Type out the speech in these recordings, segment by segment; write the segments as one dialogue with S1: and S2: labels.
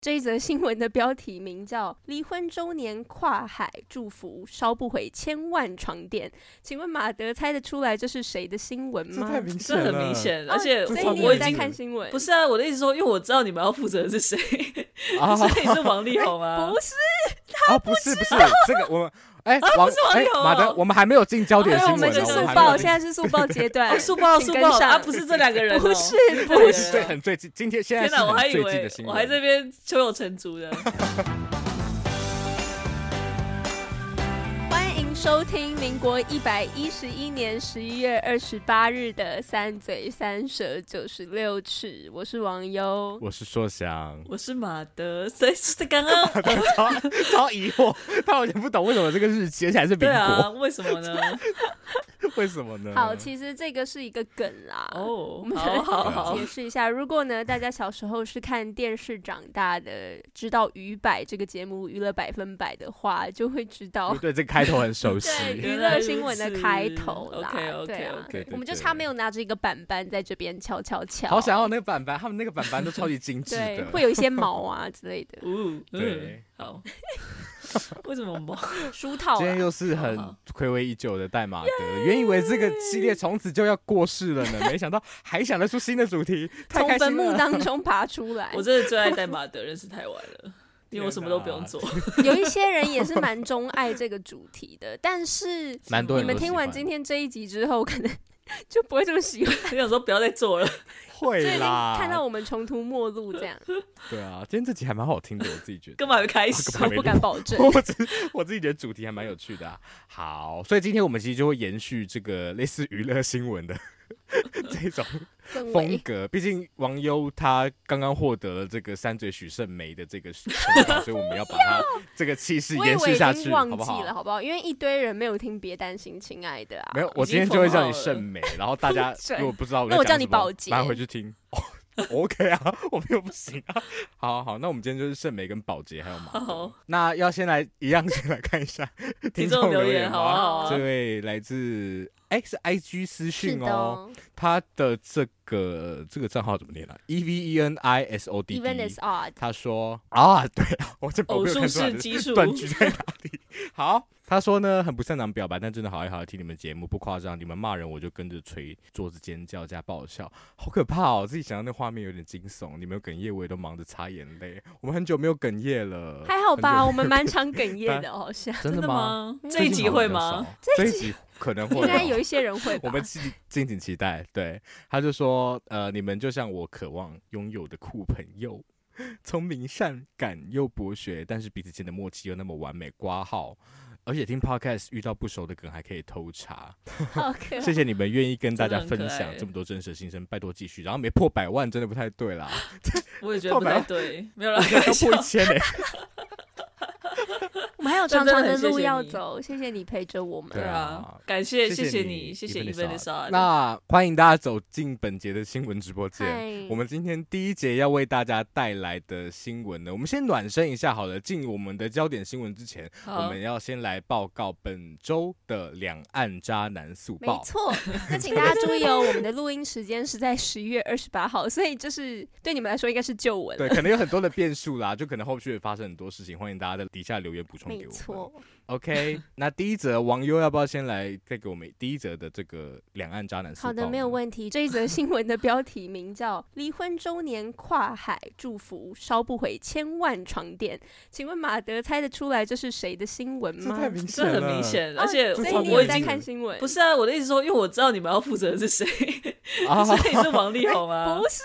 S1: 这一则新闻的标题名叫《离婚周年跨海祝福烧不毁千万床垫》。请问马德猜得出来这是谁的新闻
S2: 这
S1: 吗？
S2: 太明
S3: 这
S2: 显了，
S3: 很明显，而
S1: 哦
S3: 且
S1: 所
S2: 这
S1: 以
S3: 我
S1: 你
S2: 超
S3: 我
S1: 有
S3: 已
S1: 在
S3: 经
S2: 过
S1: 看新闻？
S3: 不是啊，我的意思说，因为我知道你们要负责的 是谁，
S2: 啊
S3: 所以是王力宏 啊。
S1: 不是，
S2: 啊！不是不是，这个我们哎
S3: 啊，
S2: 王
S3: 不是王
S2: 哎
S3: 力宏
S2: 马德，我们还没有进焦点
S3: 哎
S2: 新
S1: 啊我
S2: 闻
S1: 们
S2: 呢，
S1: 是
S3: 我
S1: 速
S2: 还没有
S1: 报，
S2: 进
S1: 现在是速报 阶段，
S3: 速报
S1: 请
S3: 速
S1: 跟
S3: 报啊，
S1: 上
S3: 不是这两个人哦，
S1: 不是
S3: 这
S1: 不
S3: 两
S2: 这
S3: 个人
S2: 是
S3: 啊
S2: 最很最近，今天现在
S3: 天
S2: 是
S3: 哪，我还
S2: 很
S3: 以
S2: 最近的
S3: 为
S2: 新
S3: 我
S2: 闻。
S3: 还这边胸有成竹的。
S1: 欢迎收听民国一百一十一年十一月二十八日的三嘴三舌九十六尺，我是王优。
S2: 我是说 想，
S3: 我是马德，所以是刚刚
S2: 超超疑惑，他完全不懂为什么这个日期而且还是民
S3: 对啊，
S2: 国，
S3: 为什么呢？
S2: 为什么呢？
S1: 好，其实这个是一个梗啦。
S3: 哦
S1: 我，们
S3: 好好好
S1: 解，释一下，如果呢大家小时候是看电视长大的，知道《娱百》这个节目，娱乐百分百的话，就会知道
S2: 就对这个开头很熟悉。
S1: 对娱
S3: 原来
S1: 乐
S3: 如
S1: 新闻的
S3: 此
S1: 开头啦。
S3: OK，OK，
S1: 对啊
S3: OK
S2: 对对
S1: 我们就
S2: 对
S1: 差没有拿着一个板板在这边敲敲敲。
S2: 好想要那个板板，他们那个板板都超级精致
S1: 对，
S2: 的。
S1: 会有 一些毛啊之类 的
S3: 呜，嗯
S2: 对，
S3: 好。为什么毛？
S1: 书套
S2: 今
S1: 啊
S2: 天。又是很
S3: 好好
S2: 暌违已久的代码德，原以为这个系列从此就要过世了呢，没想到还想得出新的主题，太
S1: 从
S2: 开
S1: 坟
S2: 心
S1: 墓
S2: 了。
S1: 当中爬出来
S3: 我。真的最爱带马德，认识太晚了，因为我什么都不用做。
S1: 有一些人也是蛮钟爱这个主题的，但是
S2: 蛮多
S1: 你
S2: 人
S1: 们
S2: 都
S1: 听
S2: 喜
S1: 完
S2: 欢
S1: 今天这一集之后，可能 就不会这么喜欢，
S3: 我想说不要再做了，
S1: 就已
S2: 会
S1: 经
S2: 啦，
S1: 看到我们穷途末路这 样，
S2: 对啊，今天这集还蛮好听的，我自己觉 得。
S3: 根本还没开始
S2: 根。
S1: 我
S2: 本没
S1: 不敢保证。
S2: 我只我自己觉得主题还蛮有趣的、啊。好，所以今天我们其实就会延续这个类似娱乐新 闻的这种
S1: 氛
S2: 风
S1: 围
S2: 格。毕竟王优他刚刚获得了这个三嘴许胜梅的这个称号，所以我们要 把他这个气势
S1: 我以
S2: 延
S1: 为
S2: 续
S1: 已
S2: 下
S1: 经
S2: 去，
S1: 忘
S2: 好不
S1: 记
S2: 好
S1: 了，？好不好？因为一堆人没有听《别担心，亲爱的》啊，
S2: 没有，我
S3: 已
S2: 今天
S3: 经
S2: 就会
S3: 封
S2: 叫
S3: 号
S2: 你
S3: 了
S2: 胜美，然后大家
S1: 准
S2: 如果不知道
S1: 那我叫
S2: 在讲
S1: 你
S2: 什么
S1: 保洁
S2: 马上回去听。哦 OK 啊， 我们又不行啊。好好好，那我们今天就是圣美跟宝洁还有马德
S3: 好。
S2: 那要先来一样先来看一下听
S3: 听众
S2: 众
S3: 留
S2: 言
S3: 言好
S2: 吗？
S3: 啊好
S2: 这
S3: 啊，
S2: 位来自哎、是 IG 私
S1: 是
S2: 讯
S1: 的哦
S2: 哦，他的这个这个账号怎么念啊？E V E N I S O D
S1: ，Even
S2: D
S1: is。odd。
S2: 他说啊，对 啊，我这我
S3: 偶
S2: 没有
S3: 数
S2: 看出来
S3: 是
S2: 的
S3: 奇数，
S2: 断句在哪 里？好，他说呢，很不擅长表白，但真的好爱好爱听你们节目，不夸张，你们骂人我就跟着捶桌子尖叫加爆笑，好可怕哦！自己想到那画面有点惊悚，你们有哽咽我也都忙着擦眼泪，我们很久没有哽咽了，
S1: 还好
S2: 呃很
S1: 吧，
S2: 久啊
S1: 我们蛮常哽咽 的，好像
S2: 真
S3: 真
S2: 的
S3: 的
S2: 吗？
S3: 吗？这
S2: 最
S3: 一
S2: 近
S3: 集
S2: 好像
S3: 会
S2: 比较
S3: 吗？
S2: 少？这一集可能会
S1: 应
S2: 哦，
S1: 该有一些人会
S2: 我
S1: 吧
S2: 们。敬敬请期待。对，他就说，呃，你们就像我渴望拥有的酷朋友，聪明、善感又博学，但是彼此间的默契又那么完美，挂号。而且听 podcast 遇到不熟的梗还可以偷 查，
S1: 好可
S2: 谢
S1: 爱，
S2: 谢你们愿意跟大家
S3: 真的很
S2: 分
S3: 可
S2: 享
S3: 爱
S2: 这么多真实的心声，拜托继续。然后没破百万真的不太对 啦，
S3: 我也觉得不太对， 没有啦，开
S2: 要
S3: 玩笑
S2: 破一千欸嘞、
S1: 我们还有
S3: 真
S1: 长
S3: 的
S1: 长
S3: 很
S1: 的
S3: 谢
S1: 路
S3: 谢
S1: 要
S3: 你
S1: 走，谢谢你陪着我们。
S2: 对
S3: 对
S2: 啊
S3: 啊，感谢
S2: 谢
S3: 谢
S2: 你，
S3: 谢谢
S2: Even
S3: Even i
S2: Asad
S3: s a
S2: 那欢迎大家走进本节的新闻直播间。
S1: 嗨
S2: 我们今天第一节要为大家带来的新闻呢，我们先暖身一下好了。进我们的焦点新闻之前，我
S3: 好
S2: 们要先来报告本周的两岸渣男速
S1: 没
S2: 报。
S1: 错，那请大家注意哦，我们的录音时间是在十一月二十八号，所以就是对你们来说应该是旧闻了。
S2: 对，可能有很多的变数啦， 就可能后续会发生很多事情，欢迎大家在底下留言补充
S1: 没
S2: 给我们。
S1: 错，
S2: OK，那第一则王优要不要先来再给我们第一则的这个两岸渣男速报？
S1: 好的，没有。问题。这一则新闻的标题名叫《离婚周年跨海祝福烧不毁千万床垫》，请问马德猜得出来这是谁的新闻
S2: 这
S1: 吗？
S2: 太明
S3: 这
S2: 显了，
S3: 很明显，
S1: 哦
S3: 而且
S1: 所
S2: 这
S1: 以
S3: 我
S1: 你
S2: 超
S3: 我
S1: 有
S3: 已
S1: 在
S3: 经
S1: 看新闻？
S3: 不是啊，我的意思说，因为我知道你们要负责的是谁，
S2: 啊！
S3: 所以是王力宏啊
S1: 不。是，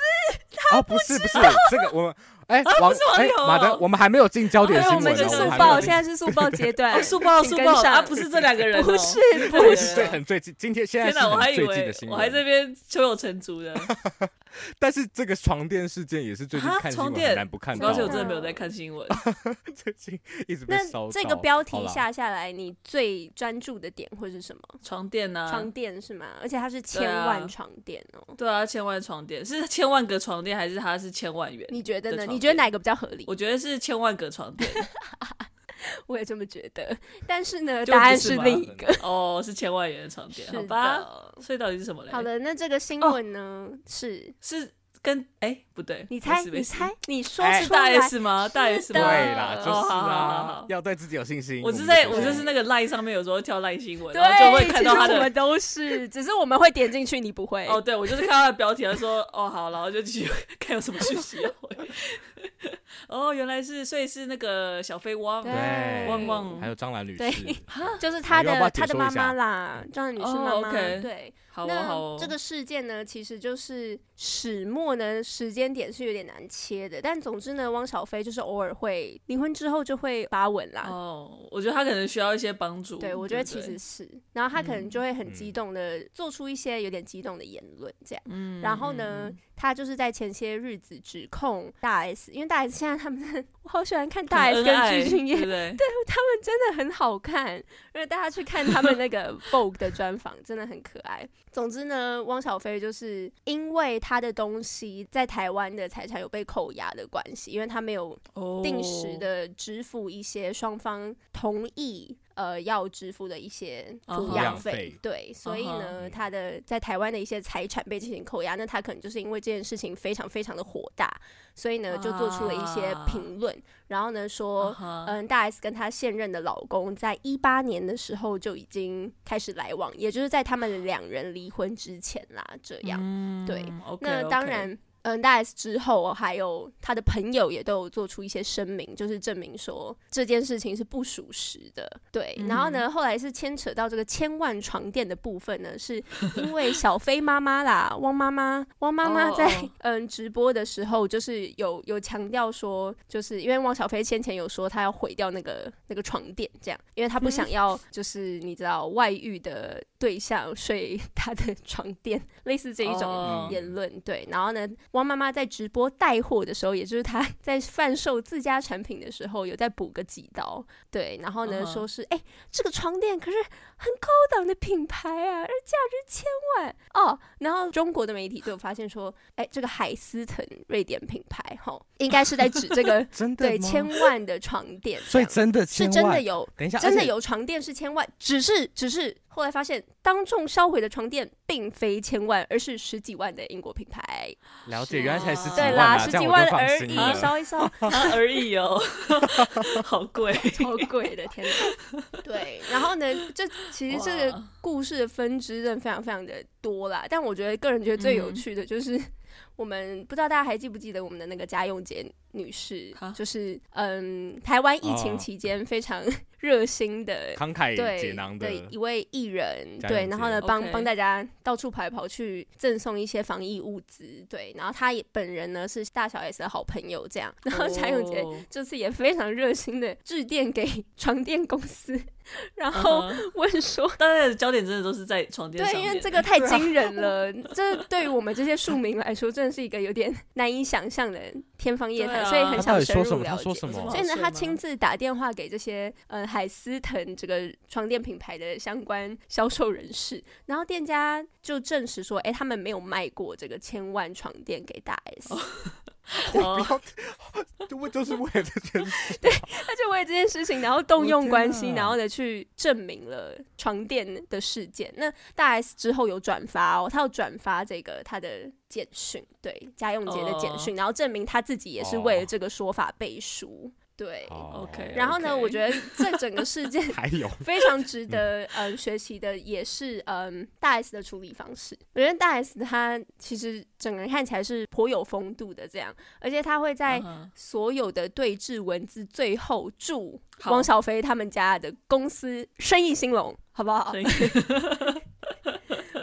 S2: 啊，不是不是，这个我们哎，王
S3: 不是王
S2: 哎
S3: 力宏
S2: 马
S3: 哦
S2: 德，我们还没有进焦点
S1: 对，
S2: 新
S1: 啊哎我
S2: 闻呢，啊
S1: 们是
S3: 哦
S1: 速
S2: 我们还没有
S1: 报，
S2: 进
S1: 现在是速报阶
S2: 哎
S1: 段。
S3: 速报
S1: 请
S3: 速
S1: 跟
S3: 报
S1: 上
S3: 啊，不是这两个人哦。
S1: 不是，
S3: 对
S1: 不
S3: 啊
S1: 是，
S2: 对，很最近，今天现在
S3: 天
S2: 是
S3: 我还
S2: 很
S3: 以
S2: 最近的
S3: 为
S2: 新闻。
S3: 我还这边胸有成竹的，
S2: 但是这个床垫事件也是最近
S3: 啊
S2: 看新
S3: 床
S2: 闻
S3: 垫
S2: 很难啊不看
S3: 我
S2: 到
S3: 告
S2: 的，
S3: 诉你我真的没有在看新闻。
S2: 最近一直被
S1: 那
S2: 烧到。
S1: 这个标
S2: 好
S1: 题
S2: 啦，
S1: 下下来，你最专注的点会是什么？
S3: 床垫呐、
S1: 床
S3: 啊，
S1: 垫是吗？而且它是千
S3: 对啊
S1: 万床垫哦、
S3: 对啊，千万床垫是千万个床垫还是它是千万元？
S1: 你觉得呢？
S3: 的床
S1: 你觉得哪个比较合理？我
S3: 我觉得是千万个床垫
S1: 也这么觉得，但是呢，
S3: 就不
S1: 答
S3: 是
S1: 案是
S3: 嘛
S1: 另一个。
S3: 哦，是千万元的床垫，
S1: 是
S3: 好
S1: 的
S3: 吧？所以到底是什么嘞？
S1: 好，的，那这个新闻呢、是
S3: 是跟哎、不对，
S1: 你
S3: 没
S1: 猜，
S3: 事
S1: 你，
S3: 没
S1: 猜
S3: 事，
S1: 你说
S2: 哎
S3: 是
S1: 出
S3: 大
S1: 来。
S3: S 吗？大 S
S1: 的
S2: 对
S3: 吗？
S2: 啦，就是
S3: 哦好好
S2: 啊
S3: 好，
S2: 要对自己有信心。
S3: 我
S2: 们
S3: 是在
S2: 就
S3: 我就是那个赖上面，有时候跳赖新闻，
S1: 对
S3: 然后就会，看
S1: 其实
S3: 到他
S1: 我
S3: 的
S1: 们都是，只是我们会点进去，你不会。
S3: 哦，对我就是看到他的标题，他说哦好，然后就继续看有什么讯息要回。 哦，原来是，所以是那个小飞汪
S1: 对
S2: 对
S3: 旺旺
S2: 还有张兰女
S1: 对
S2: 士，
S1: 就是他
S2: 要不要
S1: 的
S2: 解
S1: 他的
S2: 说一
S1: 妈
S2: 下
S1: 妈啦，张女士
S3: 哦
S1: 妈妈。
S3: ，OK
S1: 对，
S3: 好哦好
S1: 那
S3: 哦，
S1: 这个事件呢，其实就是始末呢，时间点是有点难切的。但总之呢，汪小菲就是偶尔会离婚之后就会发文啦。
S3: 哦，我觉得他可能需要一些帮助。
S1: 对，我嗯觉得其实是，然后他可能就会很激动的做出一些有点激动的言论，这样。
S3: 嗯，
S1: 然后呢，他就是在前些日子指控大 S，因为大 S 现在他们真的，我好喜欢看大
S3: 很
S1: S
S3: 恩
S1: 跟
S3: 爱
S1: 具俊晔
S3: 对不对？
S1: 真的很好看，因为大家去看他们那个 Vogue 的专访，真的很可爱。总之呢，汪小菲就是因为他的东西在台湾的财产有被扣押的关系，因为他没有
S3: 哦，
S1: 定时的支付一些双方同意呃要支付的一些抚
S3: 抚
S1: 养
S2: 养
S1: 费
S2: 费，
S1: 对，所以
S3: 嗯
S1: 呢，他的在台湾的一些财产被进行扣押，那他可能就是因为这件事情非常非常的火大，所以呢就做出了一些
S3: 啊
S1: 评论，然后呢说
S3: 啊。哈
S1: 嗯，大 S 跟她现任的老公在一八年的时候就已经开始来往，也就是在他们两人离婚之前啦。这样，
S3: 嗯
S1: 对
S3: OK，
S1: 那
S3: OK
S1: 当然，嗯，大 S 之后还有她的朋友也都有做出一些声明，就是证明说这件事情是不属实的。对，
S3: 嗯
S1: 然后呢，后来是牵扯到这个千万床垫的部分呢，是因为小飞妈妈啦，汪妈妈，汪妈妈
S3: 哦
S1: 在、
S3: 哦
S1: 嗯直播的时候，就是有有强调说，就是因为汪小菲先前有说他要毁掉那个那个床垫，这样，因为
S3: 嗯
S1: 他不想要就是你知道外遇的对象睡他的床垫，类似这一种
S3: 哦
S2: 嗯
S1: 言论。对，然后呢，汪妈妈在直播带货的时候，也就是她 在贩售自家产品的时候，有在补个几刀。对，然后呢，
S3: 嗯哼
S1: 说是哎、这个床垫可是很高档的品牌啊，而价值千万哦。然后中国的媒体就有发现说，哎、这个海思腾瑞典品牌吼，应该是在指这 个
S2: 真的
S1: 对
S2: 吗
S1: 千万的床垫，
S2: 所以
S1: 这样
S2: 真的
S1: 是
S2: 千
S1: 真的
S2: 万
S1: 有
S2: 等一下，
S1: 真
S2: 而
S1: 的
S2: 且
S1: 有床垫是千万，只是只是后来发现当众销毁的床垫并非千万，而是十几万的英国品牌。
S2: 了
S3: 是
S2: 解，原来才十
S3: 啊
S2: 几
S1: 对
S2: 万
S1: 啦，
S2: 啊，
S1: 十
S2: 这样
S1: 几
S2: 我
S1: 万
S2: 就放
S1: 而
S2: 心
S1: 已，
S2: 了
S1: 烧一 烧，
S3: 啊 而已哦， 好贵。
S1: 超贵的，天 哪！对，然后呢，这 其实这个
S3: 哇
S1: 故事的分支真的非常非常的多啦，但我觉得个人觉得最有
S3: 嗯
S1: 趣的就是。我们不知道大家还记不记得我们的那个家用杰女士
S3: 啊，
S1: 就是嗯，台湾疫情
S2: 哦
S1: 期间非常 热心的
S2: 慷慨
S1: 对
S2: 哎解囊的
S1: 对一位艺人，
S2: 家
S1: 对，
S2: 用
S1: 然后
S2: 节
S1: 呢帮
S3: OK
S1: 帮大家到处跑来跑去，赠送一些防疫物资，对，然后他也本人呢是大小 S 的好朋友，这样，然后贾永杰
S3: 哦
S1: 这次也非常热心的致电给 床垫公司，然后
S3: 嗯 哼
S1: 问说。
S3: 大家的焦点真的都是在床垫上
S1: 对，
S3: 面。
S1: 因 为这个太惊人了，这对于我们这些庶民来说，真的是一个有点难以想象的天方夜
S3: 对
S1: 谭，
S3: 啊
S1: 所以很
S2: 他
S1: 想
S2: 到底
S1: 深
S2: 说什
S1: 入
S2: 么？他
S1: 了
S2: 说
S1: 解。
S2: 什
S3: 所
S2: 么
S1: 所以？呢，
S3: 哦
S1: 他
S3: 是吗
S1: 亲自打电话给这些呃海思腾这个床垫品牌的相关销售人士，然后店家就证实说，哎、他们没有卖过这个千万床垫给大 S，、
S3: 哦
S2: 就为就是为了这件事，
S1: 他就为这件事情，然后动用关系，
S2: 天啊
S1: 然后呢去证明了床垫的事件。那大 S 之后有转发哦，他有转发这个他的简讯，对家用节的
S3: 哦
S1: 简讯，然后证明他自己也是为了这个说法背书，对。
S2: 哦
S3: OK，
S1: 然后呢
S3: OK
S1: 我觉得这整个事件
S2: 还有
S1: 非常值得嗯学习的也是嗯大 S 的处理方式。我觉得大 S 她其实整个人看起来是颇有风度的这样，而且她会在
S3: 嗯哼
S1: 所有的对峙文字最后祝
S3: 好
S1: 汪小菲他们家的公司生意兴隆，好不好
S3: 所？以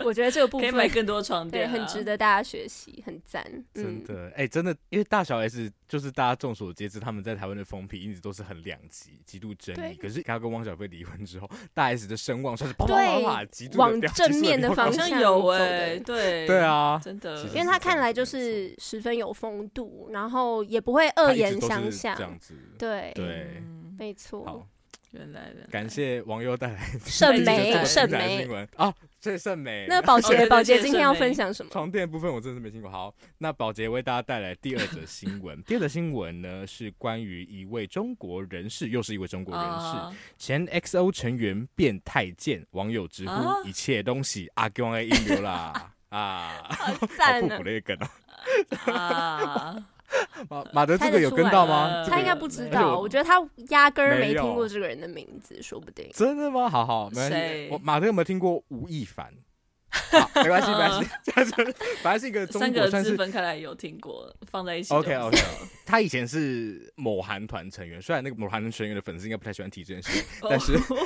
S1: 我觉得这个部
S3: 可以买
S1: 分
S3: 更多床
S1: 对
S3: 垫啊，
S1: 很值得大家学习，很赞。
S2: 真
S1: 嗯，
S2: 的哎、真的，因为大小 S 就是大家众所皆知，他们在台湾的风评一直都是很两极，极度争
S1: 对
S2: 议。可是他跟汪小菲离婚之后，大 S 的声望算是啪啪啪
S1: 对
S2: 啪，极度
S1: 往正面的
S3: 好
S1: 方
S3: 像
S1: 向
S3: 有
S1: 走
S3: 哎、
S1: 的
S3: 对
S2: 对，啊，
S3: 真的
S2: 其，实
S1: 因为他看来就是十分有风度，然后也不会恶
S2: 他一直
S1: 言
S2: 都是
S1: 相
S2: 这样
S1: 向，
S2: 子。
S1: 对，
S2: 对，
S3: 嗯
S1: 没错。
S2: 好，
S3: 原来原来
S2: 感谢网友带来
S1: 圣
S3: 哎
S1: 梅
S3: 这，个
S1: 圣
S2: 盛新
S1: 梅。
S2: 闻啊，这圣美
S1: 那宝
S3: 哦对
S1: 洁，
S3: 对
S1: 宝洁
S3: 对
S1: 今天要
S3: 圣梅
S1: 分享什么？
S2: 床垫部分我真的是没听过。好，那宝洁为大家带来第二则新闻。第二则新闻呢是关于一位中国人士，又是一位中国人
S1: 哦
S2: 士，
S3: 啊
S2: 前 XO 成员变太监，网友直呼
S3: 啊
S2: 一切东西阿公的一流啦啊！
S1: 好
S2: 好
S1: 呃赞
S2: 复
S1: 呢
S2: 古！的一个梗哦。
S3: 啊，
S2: 马马德这个有跟到吗？
S3: 猜
S2: 这
S3: 得出来了
S1: 他应
S2: 个有
S1: 该不知
S2: 这个
S1: 道，
S2: 有
S1: 我觉得他压根儿
S2: 没
S1: 没
S2: 有啊
S1: 听过这个人的名字，说不定。
S2: 真的吗？好好，没关系。
S3: 谁
S2: 我马德有没有听过吴亦 凡？好没关系，没
S3: 哦
S2: 关系， 就是反正是一个中
S3: 三
S2: 国
S3: 个
S2: 算
S3: 字
S2: 是
S3: 分开来有听过，放在一起就
S2: OK OK。他以前是某韩团成员，虽然那个某韩团成员的粉丝应该不太喜欢提这件事 情，但是
S3: 哦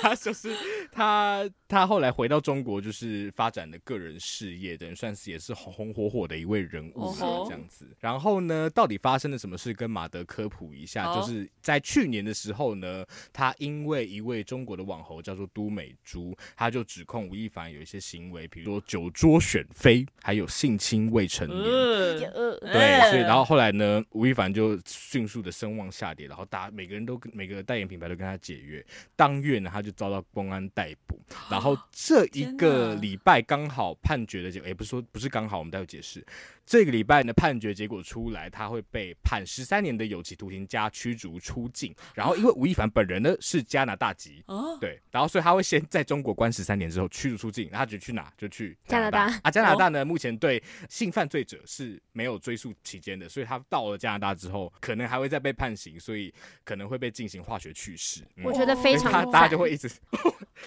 S2: 他就是他他后来回到中国，就是发展的个人事业，等于算是也是红红火火的一位人物
S3: 哦
S2: 了
S3: 吼
S2: 这样子。然后呢，到底发生了什么事？跟马德科普一下，
S3: 好
S2: 就是在去年的时候呢，他因为一位中国的网红叫做都美珠，他就指控吴亦凡有一些行为，比如说酒桌选妃，还有性侵未 成年。
S3: 呃，
S1: 呃
S2: 对，所以
S3: 哎
S2: 然后后来呢，吴亦凡就迅速的声望下跌，然后大家每个人都跟每个代言品牌都跟他解约，当月呢他就遭到公安逮捕，然后这一
S3: 哦天
S2: 个
S3: 哪
S2: 礼拜刚好判决的结果，也不是说不是刚好，我们待会解释，这个礼拜呢判决结果出来，他会被判十三年的有期徒刑加驱逐出境，然后因为吴亦凡本人呢是加拿大籍。
S3: 哦，
S2: 对，然后所以他会先在中国关十三年之后驱逐出境，然后他就去哪就去
S1: 加拿
S2: 大
S1: 大
S2: 啊。加拿大呢，目前对性犯罪者是没有追诉期间的，所以他到了加拿大之后，可能还会再被判刑，所以可能会被进行化学去世。嗯
S1: 我觉得非
S2: 所以
S1: 常
S2: 他
S1: 赞
S2: 大家就会一直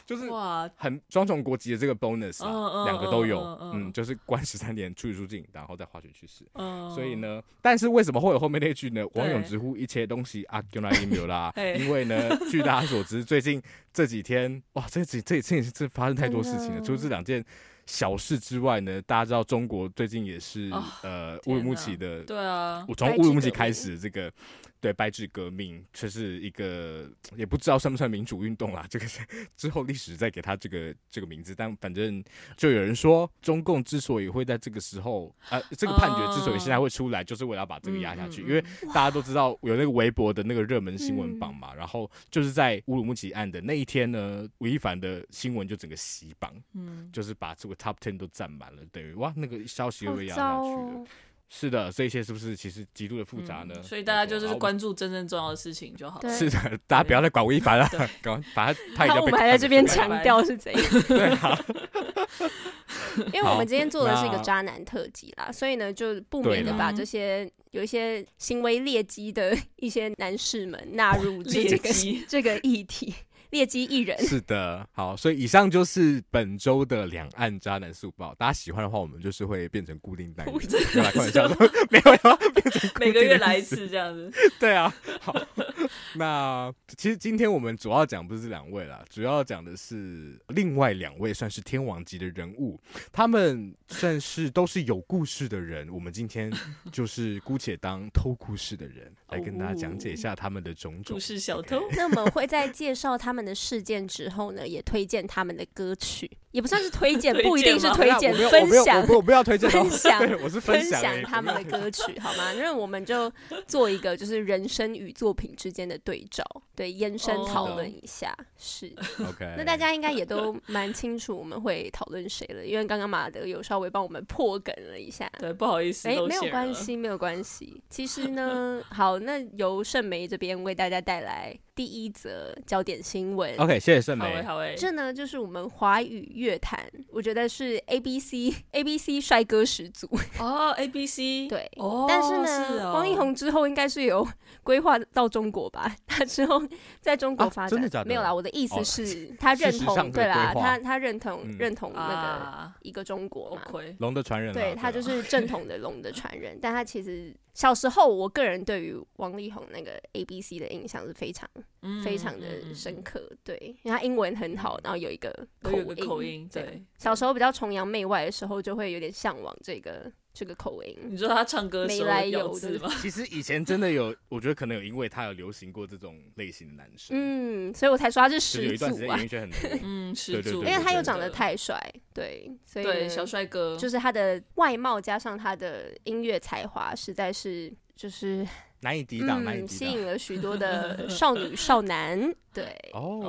S2: 就是
S3: 哇，
S2: 很双重国籍的这个 bonus
S3: 嗯
S2: 啊，
S3: 嗯
S2: 两个都有
S3: 嗯，嗯嗯
S2: 嗯，就是关十三年驱逐出境，然后再化学去世。
S3: 嗯，
S2: 所以，呢，但是为什么会有后面那句呢？
S3: 对
S2: 网友直呼一切东西啊，用来也没有啦
S3: 嘿。
S2: 因为呢，据大家所 知，最近这几天哇，这几这这这发生太多事情了。
S1: 真
S3: 啊
S1: 的
S2: 除了这两件小事之外呢，大家知道中国最近也是、
S3: 哦
S2: 呃乌
S3: 天
S2: 鲁木
S3: 哪
S2: 齐的，
S3: 对啊，
S2: 我从
S1: 白
S2: 乌鲁
S1: 纸
S2: 木齐
S1: 革
S2: 开
S1: 命
S2: 始，这个对白纸革命，这是一个也不知道算不算民主运动啦。这个是之后历史再给他这个这个名字，但反正就有人说，中共之所以会在这个时候，呃，这个判决之所以现在会出来，就是为了要把这个压下去，
S1: 哦
S3: 嗯嗯
S2: 因为大家都知道有那个微博的那个热门新闻榜
S1: 嗯
S2: 嘛，然后就是在乌鲁木齐案的那一天呢，吴亦凡的新闻就整个洗榜，
S3: 嗯，
S2: 就是把这个 top ten 都占满了，等于哇，那个消息又
S1: 好
S2: 被压下
S1: 糟
S2: 去了。
S1: 哦，
S2: 是的，这一切是不是其实极度的啊复杂呢？
S3: 嗯所以大家就
S2: 没
S3: 是
S2: 错。
S3: 关注真正重要的事事情就好了。
S1: 对
S2: 是的，大家不要再管吴亦凡了
S3: 对，
S2: 赶快把 他他已
S1: 然
S2: 经
S1: 后我
S2: 被
S1: 们还在这边
S3: 看得出来
S1: 强调是怎 样，
S2: 对啊，
S1: 因为我
S2: 好
S1: 们今天做的是一个
S2: 那
S1: 渣男特辑啦，所以呢，就不免
S2: 对
S1: 的
S2: 啦
S1: 把这些有一些行为劣迹的 一些男士们纳入这
S3: 劣
S1: 个
S3: 迹
S1: 这个议题， 劣迹艺人。
S2: 是的，好，所以以上就是本周的两岸渣男速报。大家喜欢的话，我们就是会变成固定 单元，没有 啦开玩笑的，没有啦，
S3: 每个月来一次这样子，
S2: 对啊，好，那其实今天我们主要讲不是这两位啦，主要讲的是另外两位算是天王级的人物，他们算是都是有故事的人。我们今天就是姑且当偷故事的人，来跟大家讲解一下他们的种种
S3: 故。事小偷
S2: OK
S1: 那我们会在介绍他们的事件之后呢，也推荐他们的歌曲，也不算是推荐，
S3: 推荐
S1: 不一定是
S3: 吗
S1: 推荐，
S2: 我没有
S1: 分
S2: 我
S1: 享
S2: 不我不要推荐哦，
S1: 分享
S2: 对，我是
S1: 分
S2: 享而已
S1: 享他们的歌曲，好吗？那我们就做一个就是人生与作品之间的对照，对，延伸讨论一下。是，
S2: OK，
S1: 那大家应该也都蛮清楚我们会讨论谁了，因为刚刚马德有稍微帮我们破梗了一下。
S3: 对，不好意思，
S1: 哎，
S3: 露
S1: 没有
S3: 馅
S1: 关
S3: 了，
S1: 系，没有关系。其实呢，好，那由盛梅这边为大家带来第一则焦点新闻。
S2: OK，谢谢盛
S3: 好
S2: 梅
S3: 诶，。好诶，
S1: 这呢，就是我们华语乐坛，我觉得是 A B C A B C 帅哥始祖。
S3: 哦，A B C，
S1: 对
S3: 哦，
S1: 但是呢，
S3: 哦
S1: 王力，宏之后应该是有规划到中国吧？ 他之后在中国
S2: 啊
S1: 发展，
S2: 真的假的
S1: 没有啦。我的意思
S2: 哦
S1: 是，他认
S2: 事实上
S1: 同
S2: 的
S1: 对啦，
S2: 规划
S1: 他他认同、
S2: 嗯
S1: 认同那个
S3: 啊，
S1: 一个中国
S3: 我
S1: 嘛。
S3: 亏，
S2: 龙的传人啊，
S1: 对他
S2: 啊
S1: 就是正统的龙的传人， 但他其实小时候，我个人对于王力宏那个 A B C 的印象是非常、
S3: 嗯
S1: 非常的深，刻。对，因为他英文很好，然后有一个
S3: 嗯嗯嗯
S1: 口
S3: 都有个
S1: 音，
S3: 口音，对，
S1: 小时候比较崇洋媚外的时候，就会有点向往这个这个口音。
S3: 嗯你知道他唱歌的时候
S1: 没来由
S3: 咬字
S1: 的
S3: 吗？
S2: 其实以前真的有，我觉得可能有，因为他有流行过这种类型的男生，
S1: 嗯，所以我才说他是
S2: 就是有
S1: 始
S2: 一段
S1: 祖
S2: 时间
S1: 啊
S2: 演艺，圈很 多。
S3: 嗯，
S2: 对
S3: 十
S2: 对
S3: 足，
S2: 对
S1: 因为他又
S2: 真
S1: 长得太帅，对，所以
S3: 对
S1: 呢
S3: 小帅哥，
S1: 就是他的外貌加上他的音乐才华，实在是就是
S2: 难以抵挡，难以
S1: 嗯，
S2: 抵
S1: 吸
S2: 挡。
S1: 引了许多的 少女少男。对，
S2: 哦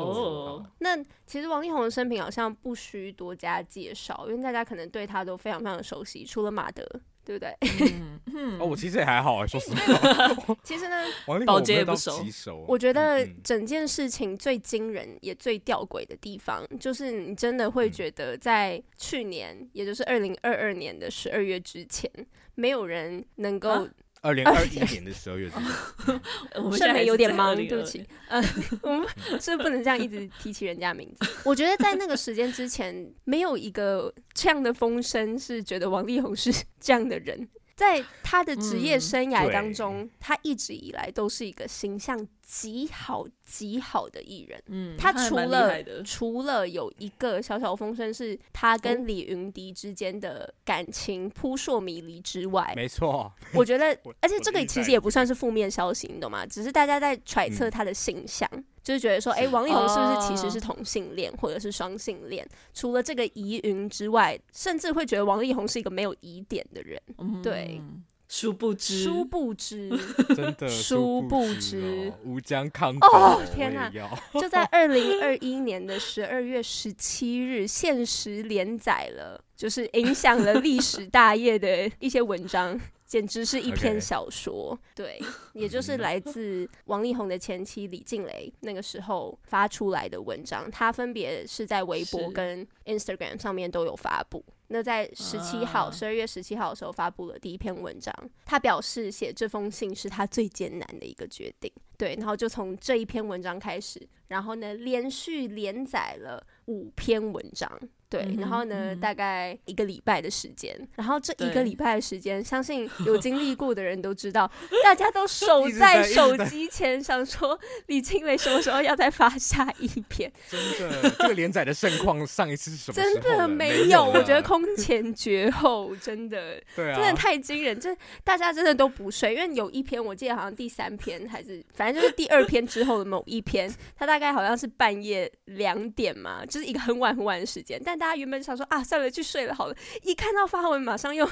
S3: 哦，
S1: 那其实王力宏的生平好像不需多加介绍，因为大家可能对他都非常非常熟悉，除了马德对不对？
S3: 嗯嗯
S2: 哦，我其实也还好哎、说实
S1: 嗯
S2: 话，
S1: 其实呢，
S2: 王力
S3: 保
S2: 宏我
S3: 洁
S2: 没
S3: 也
S2: 有
S3: 不
S2: 到
S3: 熟
S2: 极熟，
S1: 我觉得
S2: 嗯嗯嗯
S1: 整件事情最惊人也最吊诡的地方，就是你真的
S2: 嗯
S1: 会觉得，在去年，也就是二零二二年的十二月之前，没有人能够
S3: 啊，
S2: 二零二一年的十二月 之前，
S3: 我们
S1: 盛
S3: 现在还
S1: 美
S3: 是
S1: 有点
S3: 在
S1: 忙，
S3: 2022
S1: 对不起，呃， 我们是不能这样一直提起人家名字。 我觉得在那个时间之前，没有一个这样的风声是觉得王力宏是 这样的人。在他的职业
S3: 嗯
S1: 生涯当
S2: 对
S1: 中，他一直以来都是一个形象极好极好的艺人。
S3: 嗯，
S1: 他
S3: 还
S1: 除
S3: 蛮厉
S1: 了
S3: 害的
S1: 除了有一个小小风声是他
S3: 哦
S1: 跟李云迪之间的感情扑朔迷离之外，
S2: 没错，
S1: 我觉得
S2: 我，
S1: 而且
S2: 我
S1: 这个
S2: 理
S1: 其
S2: 解
S1: 实也不算是负面消息，你懂吗？只是大家在揣测他的性向，就是觉得说，哎、王力宏是不是其实是同性恋或者是双性恋？除了这个疑云之外，甚至会觉得王力宏是一个没有疑点的人。
S3: 嗯
S1: 对，
S3: 殊不知，
S1: 殊不知，
S2: 真的
S1: 殊不
S2: 不
S1: 知
S2: 哦吴江康
S1: 哦
S2: 德
S1: 天哪
S2: 我也要
S1: 就在二零二一年的十二月十七日，限时连载了，就是影响了历史大业的一些文章，简直是一篇
S2: OK
S1: 小说。对，也就是
S2: 嗯
S1: 来自王力宏的前妻李静蕾那个时候发出来的文章，她分别是在微博
S3: 是
S1: 跟 Instagram 上面都有发布。那在十七号，
S3: 啊
S1: 十二月十七号的时候发布了第一篇文章，他表示写这封信是他最艰难的一个决定。对，然后就从这一篇文章开始，然后呢，连续连载了五篇文章。对，
S3: 嗯哼
S1: 然后呢，
S3: 嗯哼
S1: 大概一个礼拜的时间，然后这一个
S3: 对
S1: 礼拜的时间，相信有经历过的人都知道，大家都守
S2: 一直在
S1: 在
S2: 一直
S1: 手
S2: 在
S1: 机前，想说李清磊什么时候要再发下一篇，
S2: 真的这个连载的盛况，上一次是什么时候
S1: 真
S2: 了？
S1: 的
S2: 没
S1: 有，我
S2: 了
S1: 觉得空前绝后，真的。
S2: 对啊，
S1: 真的太惊人，这大家真的都不睡，因为有一篇我记得好像第三篇还是反正就是第二篇之后的某一篇，它大概好像是半夜两点嘛，就是一个很晚很晚的时间。但大家原本想说啊，算了，去睡了好了，一看到发文，马上又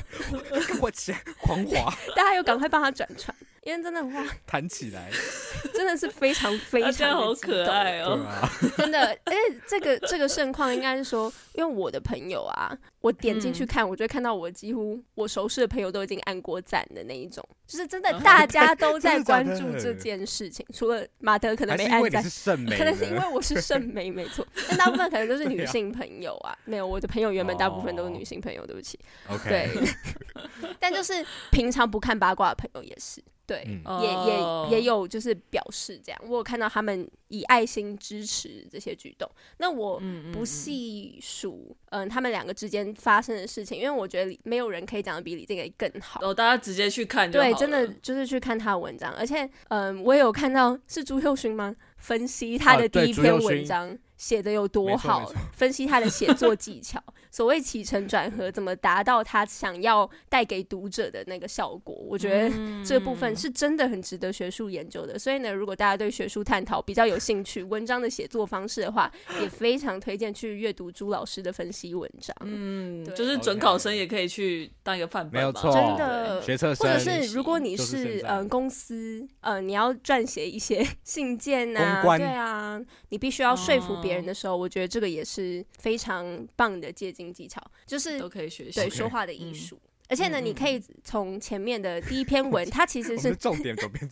S2: 我起来 狂滑
S1: 大家又赶快帮他转传，因为真的哇，
S2: 弹起 来，
S1: 真的是非常非
S3: 大
S1: 常的
S3: 家啊好
S1: 激
S3: 可
S1: 动
S3: 爱
S2: 对
S3: 哦，
S2: 啊，
S1: 真的，而且这个这个盛况应该是说，因为我的朋友啊，我点进去看，我就会看到我几乎我熟识的朋友都已经按过赞的那一种，就是真的
S3: 啊
S1: 大家都在
S2: 真的假
S1: 关
S2: 的
S1: 注这件事情，除了马德可能
S2: 还
S1: 没
S2: 是因
S1: 按
S2: 为你
S1: 赞
S2: 是。圣美呢，
S1: 可能是 因为我是圣媒，没错， 但大部分可能都是女
S2: 对啊
S1: 性朋友啊。没有，我的朋友原本大部分都是
S2: 哦
S1: 女性朋友，对不 起。
S2: OK，
S1: 对， 但就是平常不看八卦的朋友也是，对，
S2: 嗯，
S1: 也
S3: 哦
S1: 也也有就是表示这样，我有看到他们以爱心支持这些举动。那我
S3: 嗯，嗯
S1: 不，细数，嗯、他们两个之间发生的事情，因为我觉得李没有人可以讲的比李静蕾更好
S3: 然。哦后大家直接去看就好
S1: 对，
S3: 了，
S1: 真的就是去看他的文章，而且，嗯、我也有看到是朱佑勋吗？分析他
S2: 啊
S1: 的第
S2: 对
S1: 一
S2: 朱
S1: 篇
S2: 佑
S1: 文
S2: 勋
S1: 章写的有多
S2: 没错
S1: 好
S2: 没错，
S1: 分析他的写作技巧，所谓起承转合，怎么达到他想要带给读者的那个效果，我觉得
S3: 嗯
S1: 这部分是真的很值得学术研究的。所以呢，如果大家对学术探讨比较有兴趣，文章的写作方式的话，也非常推荐去阅读朱老师的分析文章。
S3: 嗯
S1: 对，
S3: 就是准考生也可以去当一个范本嘛，
S2: 没有错
S1: 真的
S2: 学测
S1: 或
S2: 生
S1: 者是如果你
S2: 就是是现在
S1: 嗯、呃公司呃你要撰写一些 信件呐、
S2: 公关
S1: 对啊，你必须要说服别人
S3: 哦
S1: 的时候，我觉得这个也是非常棒的借镜技巧，就是
S3: 都可以学习
S1: 对
S2: OK，
S1: 说话的艺
S3: 嗯
S1: 术。而且呢，
S3: 嗯
S1: 你
S3: 嗯
S1: 可以从前面的第一篇文，它其
S2: 我
S1: 实
S2: 们
S1: 是
S2: 的重点怎么变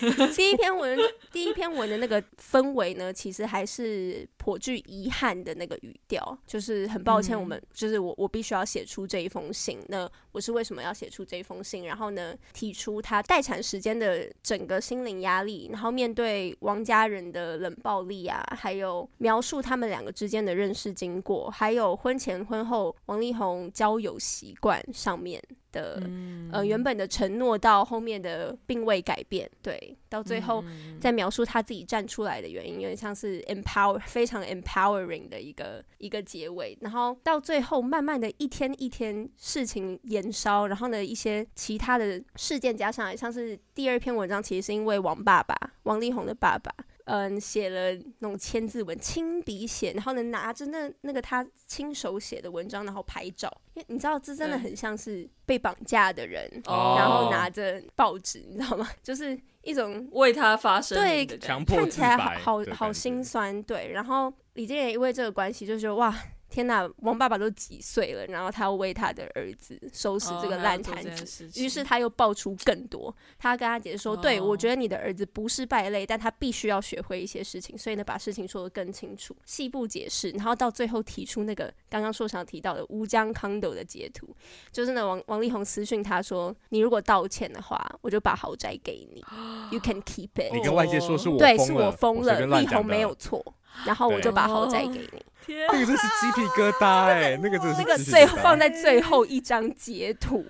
S2: 这个？
S1: 第一篇文，第一篇文的那个氛围呢，其实还是颇具遗憾的那个语调，就是很抱歉，
S3: 嗯
S1: 我们、就是我，我必须要写出这一封信。那我是为什么要写出这一封信？然后呢，提出他待产时间的整个心灵压力，然后面对王家人的冷暴力啊，还有描述他们两个之间的认识经过，还有婚前婚后王力宏交友习惯上面的
S3: 嗯
S1: 呃原本的承诺到后面的并未改变，对，到最后再描述他自己站出来的原因，有点像是 empower 非常 empowering 的一个一个结尾，然后到最后慢慢的一天一天事情延烧，然后呢一些其他的事件加上来，像是第二篇文章其实是因为王爸爸王力宏的爸爸。嗯，写了那种千字文，亲笔写，然后呢，拿着那那个他亲手写的文章，然后拍照，因为你知道，这真的
S3: 对
S1: 很像是被绑架的人，
S3: 哦
S1: 然后拿着报纸，你知道吗？ 就是一种
S3: 为他发声
S1: 对
S3: 明的感觉，
S2: 强迫
S1: 看
S2: 自
S1: 起来
S2: 白
S1: 好好
S2: 的
S1: 好
S2: 感觉
S1: 心酸，对。然后李建也因为这个关系就觉得哇，天哪，王爸爸都几岁了，然后他要为他的儿子收拾
S2: 哦
S3: 哦
S1: 这个烂摊子，
S3: 子
S1: 于是他又爆出更多。他跟他解释说：“对
S3: 哦
S1: 我觉得你的儿子不是败类，但他必须要学会一些事情，所以呢，把事情说得更清楚，细部解释。然后到最后提出那个刚刚硕想提到的乌江康斗的截图，就是呢，王王力宏私讯他说：‘你如果道歉的话，我就把豪宅给你，You can keep it。’
S2: 你跟外界说是哦我
S1: 哦对，
S2: 疯
S1: 是我疯
S2: 随便
S1: 了，
S2: 乱
S1: 力
S2: 讲
S1: 宏
S2: 的
S1: 没有错，然后我
S2: 对
S1: 就把豪宅给你。
S3: 天
S2: 那个真是鸡皮疙瘩 哎、那个真的是
S1: 那个
S2: 鸡皮
S1: 最后
S2: 疙瘩
S1: 放在最后一张截图，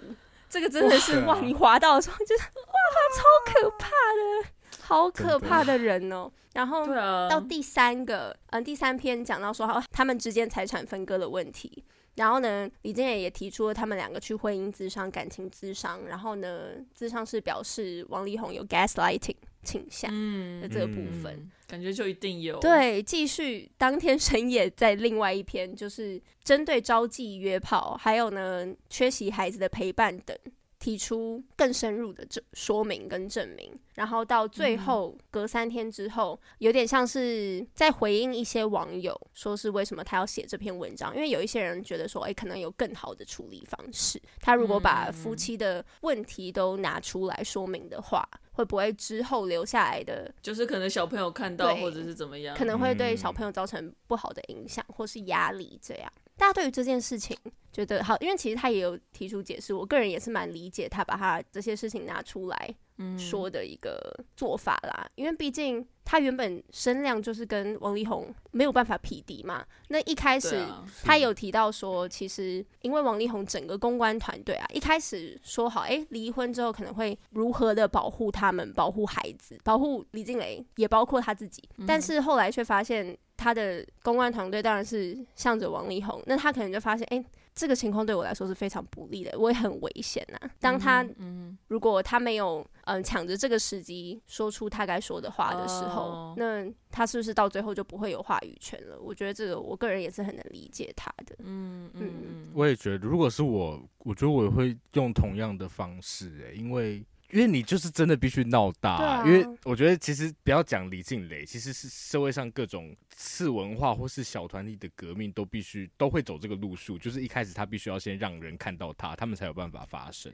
S1: 这个真的是
S2: 哇
S1: 哇，你滑到的时候就是哇，超可怕的，好可怕的人哦。然后
S3: 对啊，
S1: 到第三个，嗯、第三篇讲到说哦他们之间财产分割的问题。然后呢，李健也也提出了他们两个去婚姻咨商、感情咨商。然后呢，咨商是表示王力宏有 gaslighting 倾向的
S3: 嗯
S1: 这个部
S2: 嗯
S1: 分。
S3: 嗯，感觉就一定有，
S1: 对，继续当天深夜在另外一篇，就是针对招妓、约炮，还有呢缺席孩子的陪伴等，提出更深入的证说明跟证明。然后到最后、隔三天之后，有点像是在回应一些网友，说是为什么他要写这篇文章，因为有一些人觉得说，诶，可能有更好的处理方式。他如果把夫妻的问题都拿出来说明的话，会不会之后留下来的
S3: 就是可能小朋友看到
S1: 对
S3: 或者是怎么样，
S1: 可能会对小
S2: 嗯
S1: 朋友造成不好的影响或是压力。这样，大家对于这件事情觉得好，因为其实他也有提出解释，我个人也是蛮理解他把他这些事情拿出来
S3: 嗯
S1: 说的一个做法啦。因为毕竟他原本声量就是跟王力宏没有办法匹敌嘛。那一开
S3: 对
S1: 始
S3: 啊，
S1: 他有提到说，其实因为王力宏整个公关团队啊，一开始说好，诶，离婚之后可能会如何的保护他们，保护孩子，保护李静蕾，也包括他自己。但是后来却发现，他的公关团队当然是向着王力宏，那他可能就发现，诶，这个情况对我来说是非常不利的，我也很危险呐、当他
S3: 嗯
S1: 如果他没有嗯抢着这个时机说出他该说的话的时候，
S3: 哦
S1: 那他是不是到最后就不会有话语权了？我觉得这个我个人也是很能理解他的。
S3: 嗯嗯嗯，
S2: 我也觉得，如果是我，我觉得我也会用同样的方式、欸，因为因为你就是真的必须闹大、
S1: 对啊
S2: 因为我觉得其实不要讲李静蕾，其实是社会上各种次文化或是小团体的革命都必须都会走这个路数，就是一开始他必须要先让人看到他，他们才有办法发声，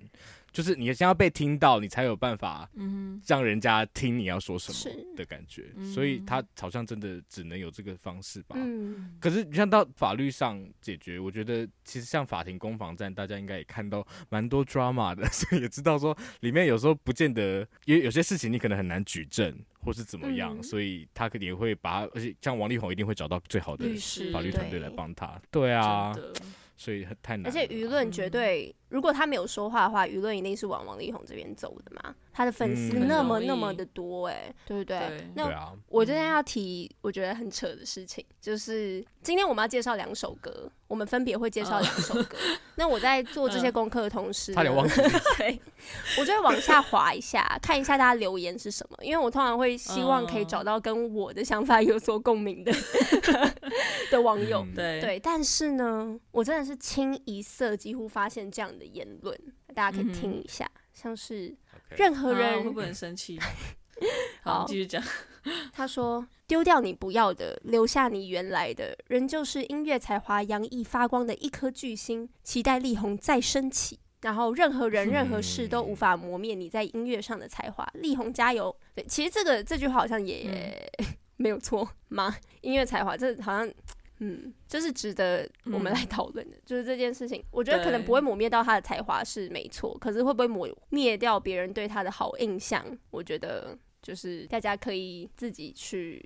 S2: 就是你先要被听到，你才有办法
S3: 嗯
S2: 让人家听你要说什
S1: 是
S2: 么的感觉，所以他好像真的只能有这个方式吧。
S1: 嗯，
S2: 可是你像到法律上解决，我觉得其实像法庭攻防战，大家应该也看到蛮多 drama 的， 所以也知道说里面有时候不见得，因为有些事情你可能很难举证或是怎么样，
S1: 嗯
S2: 所以他肯定会把它，而且像王力宏一定会找到最好的
S1: 律
S3: 师
S2: 法律团队
S1: 对
S2: 来帮他。对啊，
S3: 真的
S2: 所以很太难了
S1: 而
S2: 啦。
S1: 且舆论绝对，如果他没有说话的话，舆论一定是往王力宏这边走的嘛。他的粉丝
S2: 嗯
S1: 那么
S3: 很容易
S1: 那么的多、诶，对不对？
S3: 对
S1: 那
S2: 对啊，
S1: 我今天要提我觉得很扯的事情，就是今天我们要介绍两首歌，我们分别会介绍两首歌。 那我在做这些功课的同时呢，
S2: 嗯差点忘记
S1: 对，我就会往下滑一下，看一下大家留言是什么，因为我通常会希望
S2: 嗯
S1: 可以找到跟我的想法有所共鸣的 的网友。
S2: 嗯
S3: 对
S1: 对，但是呢，我真的是清一色几乎发现这样的言论，大家可以听一下，像是
S2: 嗯 OK
S1: 任何
S3: 啊
S1: 人
S3: 会不会很生气？
S1: 好
S3: 好，继续讲。
S1: 他说：“丢掉你不要的，留下你原来的，仍旧是音乐才华洋溢发光的一颗巨星，期待力宏再升起。然后任何人、任何事都无法磨灭你在音乐上的才华，力宏加油！对，其实这个这句话好像也、 没有错吗？音乐才华，这好像。”嗯，这是值得我们来讨论的，就是这件事情。我觉得可能
S3: 对
S1: 不会磨灭到他的才华是没错，可是会不会磨灭掉别人对他的好印象？我觉得就是大家可以自己去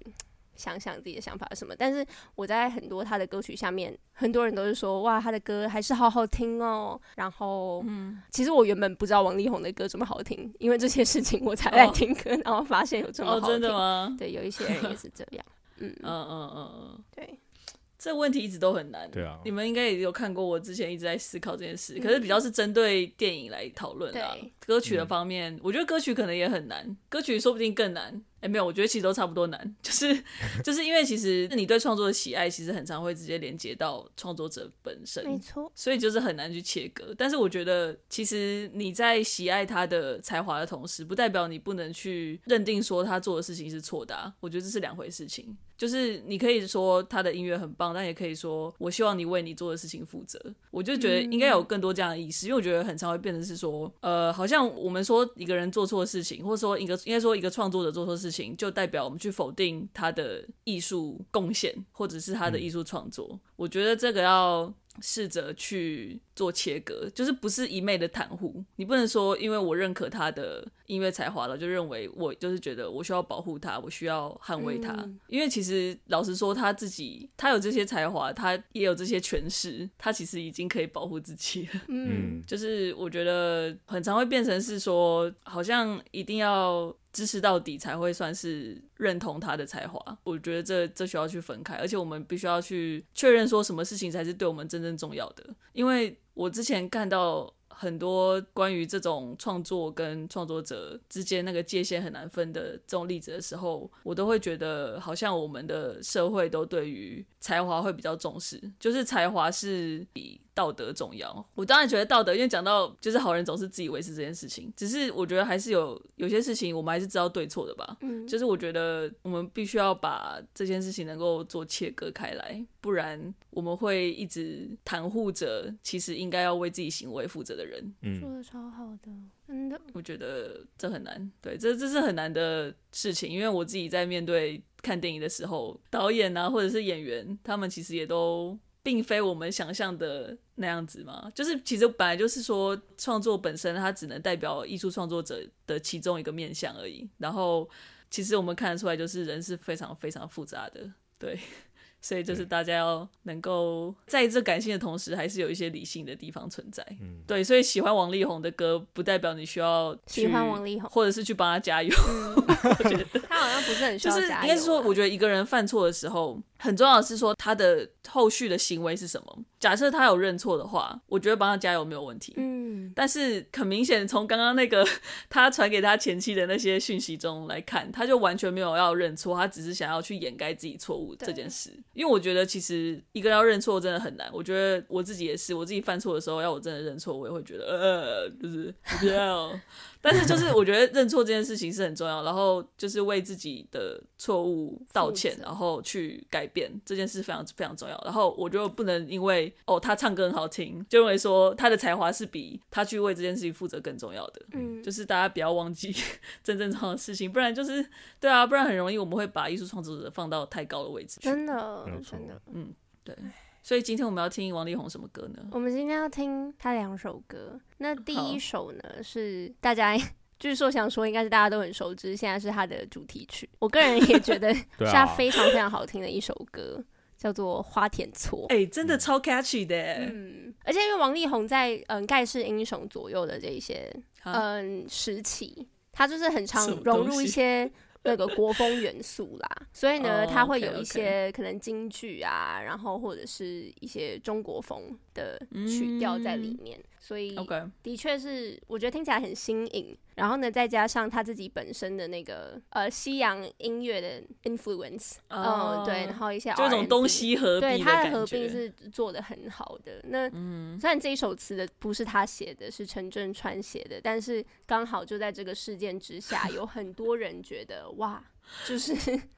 S1: 想想自己的想法是什么。但是我在很多他的歌曲下面，很多人都是说哇，他的歌还是好好听哦。然后，嗯，其实我原本不知道王力宏的歌这么好听，因为这些事情我才来
S3: 哦
S1: 听歌，然后发现有这么好
S3: 哦，
S1: 听。
S3: 真的吗？
S1: 对，有一些人也是这样。嗯，
S3: 嗯嗯嗯嗯，
S1: 对，
S3: 这个问题一直都很 难。
S2: 对啊
S3: 你，们应该也有看过，我之前一直在思考这件事，可是比较是针对电影来讨论啦
S1: 嗯对。
S2: 嗯
S3: 歌曲的方面，我觉得歌曲可能也很难，歌曲说不定更难。哎，没有，我觉得其实都差不多难，就是就是因为其实你对创作的喜爱，其实很常会直接连接到创作者本
S2: 嗯
S3: 身，
S1: 没错，
S3: 所以就是很难去切割。但是我觉得，其实你在喜爱他的才华的同时，不代表你不能去认定说他做的事情是错的、啊。我觉得这是两回事情。就是你可以说他的音乐很棒，但也可以说我希望你为你做的事情负责。我就觉得应该有更多这样的意识，因为我觉得很常会变成是说，呃，好像我们说一个人做错事情，或者说一个应该说一个创作者做错事情，就代表我们去否定他的艺术贡献或者是他的艺术创作。我觉得这个要试着去做切割，就是不是一昧的袒护。你不能说，因为我认可他的音乐才华了，就认为我就是觉得我需要保护他，我需要捍卫他。
S1: 嗯
S3: 因为其实老实说，他自己他有这些才华，他也有这些权势，他其实已经可以保护自己了。
S1: 嗯，
S2: 嗯，
S3: 就是我觉得很常会变成是说，好像一定要支持到底才会算是认同他的才华。我觉得这这需要去分开，而且我们必须要去确认说什么事情才是对我们真正重要的。因为我之前看到很多关于这种创作跟创作者之间那个界限很难分的这种例子的时候，我都会觉得好像我们的社会都对于才华会比较重视，就是才华是比道德重要。我当然觉得道德，因为讲到就是好人总是自以为是这件事情，只是我觉得还是有有些事情我们还是知道对错的吧。
S1: 嗯
S3: 就是我觉得我们必须要把这件事情能够做切割开来，不然我们会一直袒护着其实应该要为自己行为负责的人。
S1: 做
S2: 嗯，
S1: 的超好的，真的，
S3: 我觉得这很难，对，这这是很难的事情，因为我自己在面对看电影的时候，导演啊或者是演员，他们其实也都并非我们想象的那样子嘛，就是其实本来就是说创作本身它只能代表艺术创作者的其中一个面向而已，然后其实我们看得出来，就是人是非常非常复杂的，对。所以就是
S2: 对
S3: 大家要能够在这感性的同时，还是有一些理性的地方存在。对，所以喜欢王力宏的歌，不代表你需要
S1: 喜欢
S3: 去
S1: 王力宏
S3: 或者是去帮他加油。
S1: 他好像不是很需
S3: 就
S1: 要
S3: 是
S1: 加油啊
S3: 应该是说，
S1: 啦
S3: 我觉得一个人犯错的时候，很重要的是说他的后续的行为是什么。假设他有认错的话，我觉得帮他加油没有问题。
S1: 嗯，
S3: 但是很明显，从刚刚那个 他传给他前妻的那些讯息中来看，他就完全没有要认错，他只是想要去掩盖自己错误
S1: 对
S3: 这件事。因为我觉得其实一个人要认错真的很难，我觉得我自己也是，我自己犯错的时候要我真的认错，我也会觉得呃，就是我不要。但是就是我觉得认错这件事情是很重要，然后就是为自己的错误道歉
S1: 负，责
S3: 然后去改变这件事非常非常重要。然后我觉得不能因为哦他唱歌很好听，就认为说他的才华是比他去为这件事情负责更重要的。
S1: 嗯
S3: 就是大家不要忘记 真正重要的事情，不然就是对啊，不然很容易我们会把艺术创作者放到太高的位置去。
S1: 真的
S2: 没有错
S1: 真的，
S3: 对，所以今天我们要听王力宏什么歌呢？
S1: 我们今天要听他两首歌，那第
S3: 好
S1: 一首呢是大家 据说想说应该是大家都很熟知，现在是他的主题曲，我个人也觉得 是
S2: 对
S1: 他
S2: 啊，
S1: 非常非常好听的一首歌，叫做《花田错》。
S3: 哎、真的超 catchy 的、欸，
S1: 嗯，而且因为王力宏在嗯盖世英雄左右的这一些
S3: 啊
S1: 嗯时期，他就是很常
S3: 什么
S1: 融
S3: 东
S1: 入一
S3: 西
S1: 些那个国风元素啦，所以呢，
S3: 哦
S1: 他会有
S3: OK，OK
S1: 一些可能京剧啊，然后或者是一些中国风的曲调在里面，所以
S3: 嗯 OK，
S1: 的确是我觉得听起来很新颖。然后呢，再加上他自己本身的那个呃西洋音乐的 influence，嗯、
S3: 哦
S1: 对，然后一些
S3: 就一种
S1: R&B
S3: 东西合
S1: 对
S3: 璧
S1: 他
S3: 感
S1: 的
S3: 觉。嗯
S1: 合并是做的很好的。那、虽然这一首词的不是他写的，是陈振川写的，但是刚好就在这个事件之 下，有很多人觉得哇，就是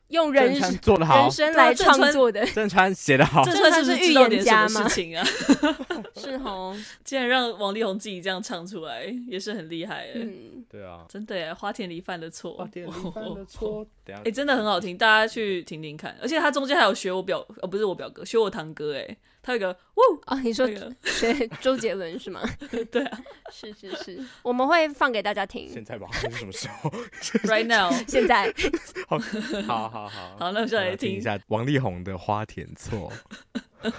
S1: 用人
S2: 正
S1: 人
S2: 川做的好，
S1: 生
S3: 对啊
S1: 来
S3: 郑
S1: 创
S3: 川
S1: 作 的，
S2: 正川写的好，
S3: 这
S1: 这
S3: 算
S1: 算
S3: 是
S1: 是
S3: 不
S1: 预
S3: 知道
S1: 言
S3: 点什
S1: 家
S3: 么事
S1: 吗
S3: 情啊？
S1: 是哦，
S3: 竟然让王力宏自己这样唱出来，也是很厉害、欸。
S1: 嗯，
S2: 对啊，
S3: 真的耶，花田里犯了错，
S2: 错， 等
S3: 哎、
S2: 下
S3: 真的很好听，大家去听听看。而且他中间还有学我表，呃，不是我表哥，学我堂哥，哎，他有一个哇，
S1: 哦，你说
S3: 那个
S1: 学周杰伦是吗？
S3: 对啊
S1: 是是是，我们会放给大家听
S2: 现。在吧，这是什么时候？
S3: ，right now。
S1: 现在
S2: 好好好，
S3: 好，那我们就来
S2: 听
S3: 听
S2: 一。下王力宏的《花田错》。
S1: 那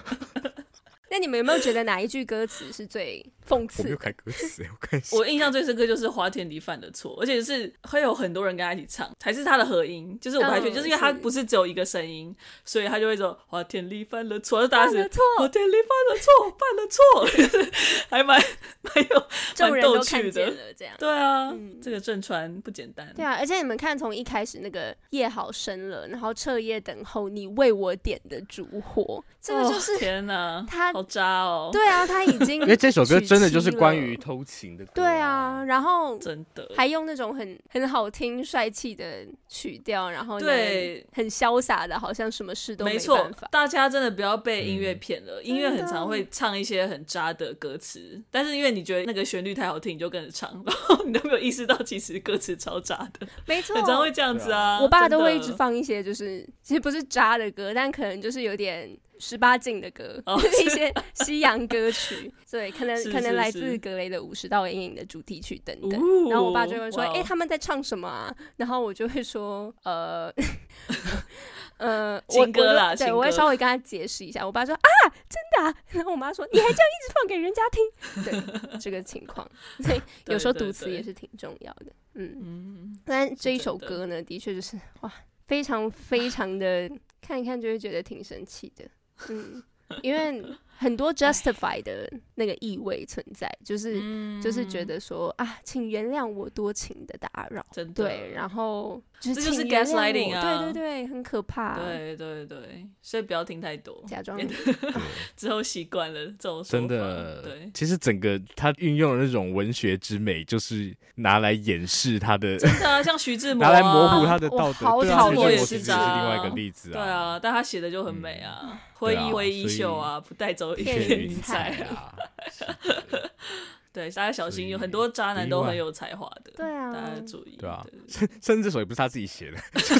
S1: 那你们有没有觉得哪一句歌词是最讽
S2: 我没
S1: 刺
S2: 有？看歌词，我看
S3: 我印象最深刻就是花田离犯的错，而且是会有很多人跟他一起唱，还是他的合音，就是我不太确定，
S1: 嗯
S3: 就是因为他
S1: 是
S3: 不是只有一个声音，所以他就会说花田离犯了 错，大家
S1: 犯了
S3: 是
S1: 啊错
S3: 花田离犯了错，犯了错， 还蛮蛮有
S1: 众
S3: 蛮
S1: 人都
S3: 逗
S1: 看
S3: 趣
S1: 见
S3: 的。
S1: 了，这样。
S3: 对啊，
S1: 嗯
S3: 这个正传不简单。
S1: 对啊，而且你们看，从一开始那个夜好深了，然后彻夜等候你为我点的烛火， 这个就
S3: 哦
S1: 是、
S3: 天哪，
S1: 他
S3: 好渣哦，
S1: 对啊，他已 经
S2: 因为这首歌真的就是
S1: 娶妻了
S2: 关于偷情的歌、
S1: 对啊，，然后
S3: 真的。
S1: 还用那种很很好听、帅气的曲调，然后呢
S3: 对
S1: 很潇洒的，好像什么事都
S3: 没错
S1: 办法，。
S3: 大家真的不要被音乐骗了。音乐
S1: 真
S3: 很
S1: 的啊
S3: 常会唱一些很渣的歌词，但是因为你觉得那个旋律太好听，你就跟着唱， 然后你都没有意识到其实歌词超渣的，
S1: 没错
S3: 很常会这样子啊。
S1: 我爸
S3: 真
S1: 都
S3: 的
S1: 会一直。放一些，就是其实不是渣的歌，但可能就是有点十八禁的歌，
S3: 哦
S1: 就是 一些西洋歌曲。对，可能
S3: 是
S1: 可能
S3: 是
S1: 来
S3: 是
S1: 自格雷的《五十道阴影》的主题曲等等。
S3: 哦
S1: 然后我爸就会说：“
S3: 哇哦
S1: 哎、他们在唱什么啊？” 然后我就会说：“呃， 呃，我
S3: 情歌啦
S1: 我就对，
S3: 情
S1: 我会
S3: 歌
S1: 稍微跟他解释一下。我爸说：“啊，真的、啊。” 然后我妈说：“你还这样一直放给人家听？”对，这个情况，所以有时候
S3: 对对
S1: 读词
S3: 对
S1: 也是挺重要的。嗯。
S3: 嗯，
S1: 但这一
S3: 真
S1: 首
S3: 的
S1: 歌呢，的确就是哇，非常非常的看一看就会觉得挺神奇的，嗯，因为很多 justify 的那个意味存在，就是、就是觉
S3: 嗯
S1: 得说啊，请原谅我多情的打扰，
S3: 哦真的
S1: 对，然后就是
S3: 这就
S1: 请
S3: 是
S1: 原谅
S3: gaslighting
S1: 我
S3: 啊
S1: 对对对，很可怕、
S3: 对对对，所以不要听太多，
S1: 假装
S3: 之后习惯了这种说法
S2: 真的，
S3: 对。
S2: 其实整个他运用的那种文学之美，就是拿来掩饰他的，
S3: 真的啊，像徐志摩、啊，
S2: 拿来模糊他的
S1: 我
S2: 道
S1: 好
S2: 德。对
S1: 讨厌
S2: 啊，徐志摩
S1: 也
S2: 其
S1: 是
S2: 实
S1: 这
S2: 是
S1: 样
S2: 另外一个例子
S3: 对啊，但他写的就很美啊，挥
S2: 对啊
S3: 一挥衣
S2: 所以
S3: 袖啊，不带走一
S1: 片
S3: 片
S1: 云
S3: 云
S1: 彩
S3: 彩
S2: 对
S3: 啊。
S2: 啊，是的
S3: 对，大家小心，
S2: 所以
S3: 有很多渣男
S2: 不意
S3: 都
S2: 外
S3: 很有才华的，
S1: 对啊
S3: 大家要注意。
S2: 对啊
S3: 对，
S2: 甚甚至这首也不是他自己写的， 就是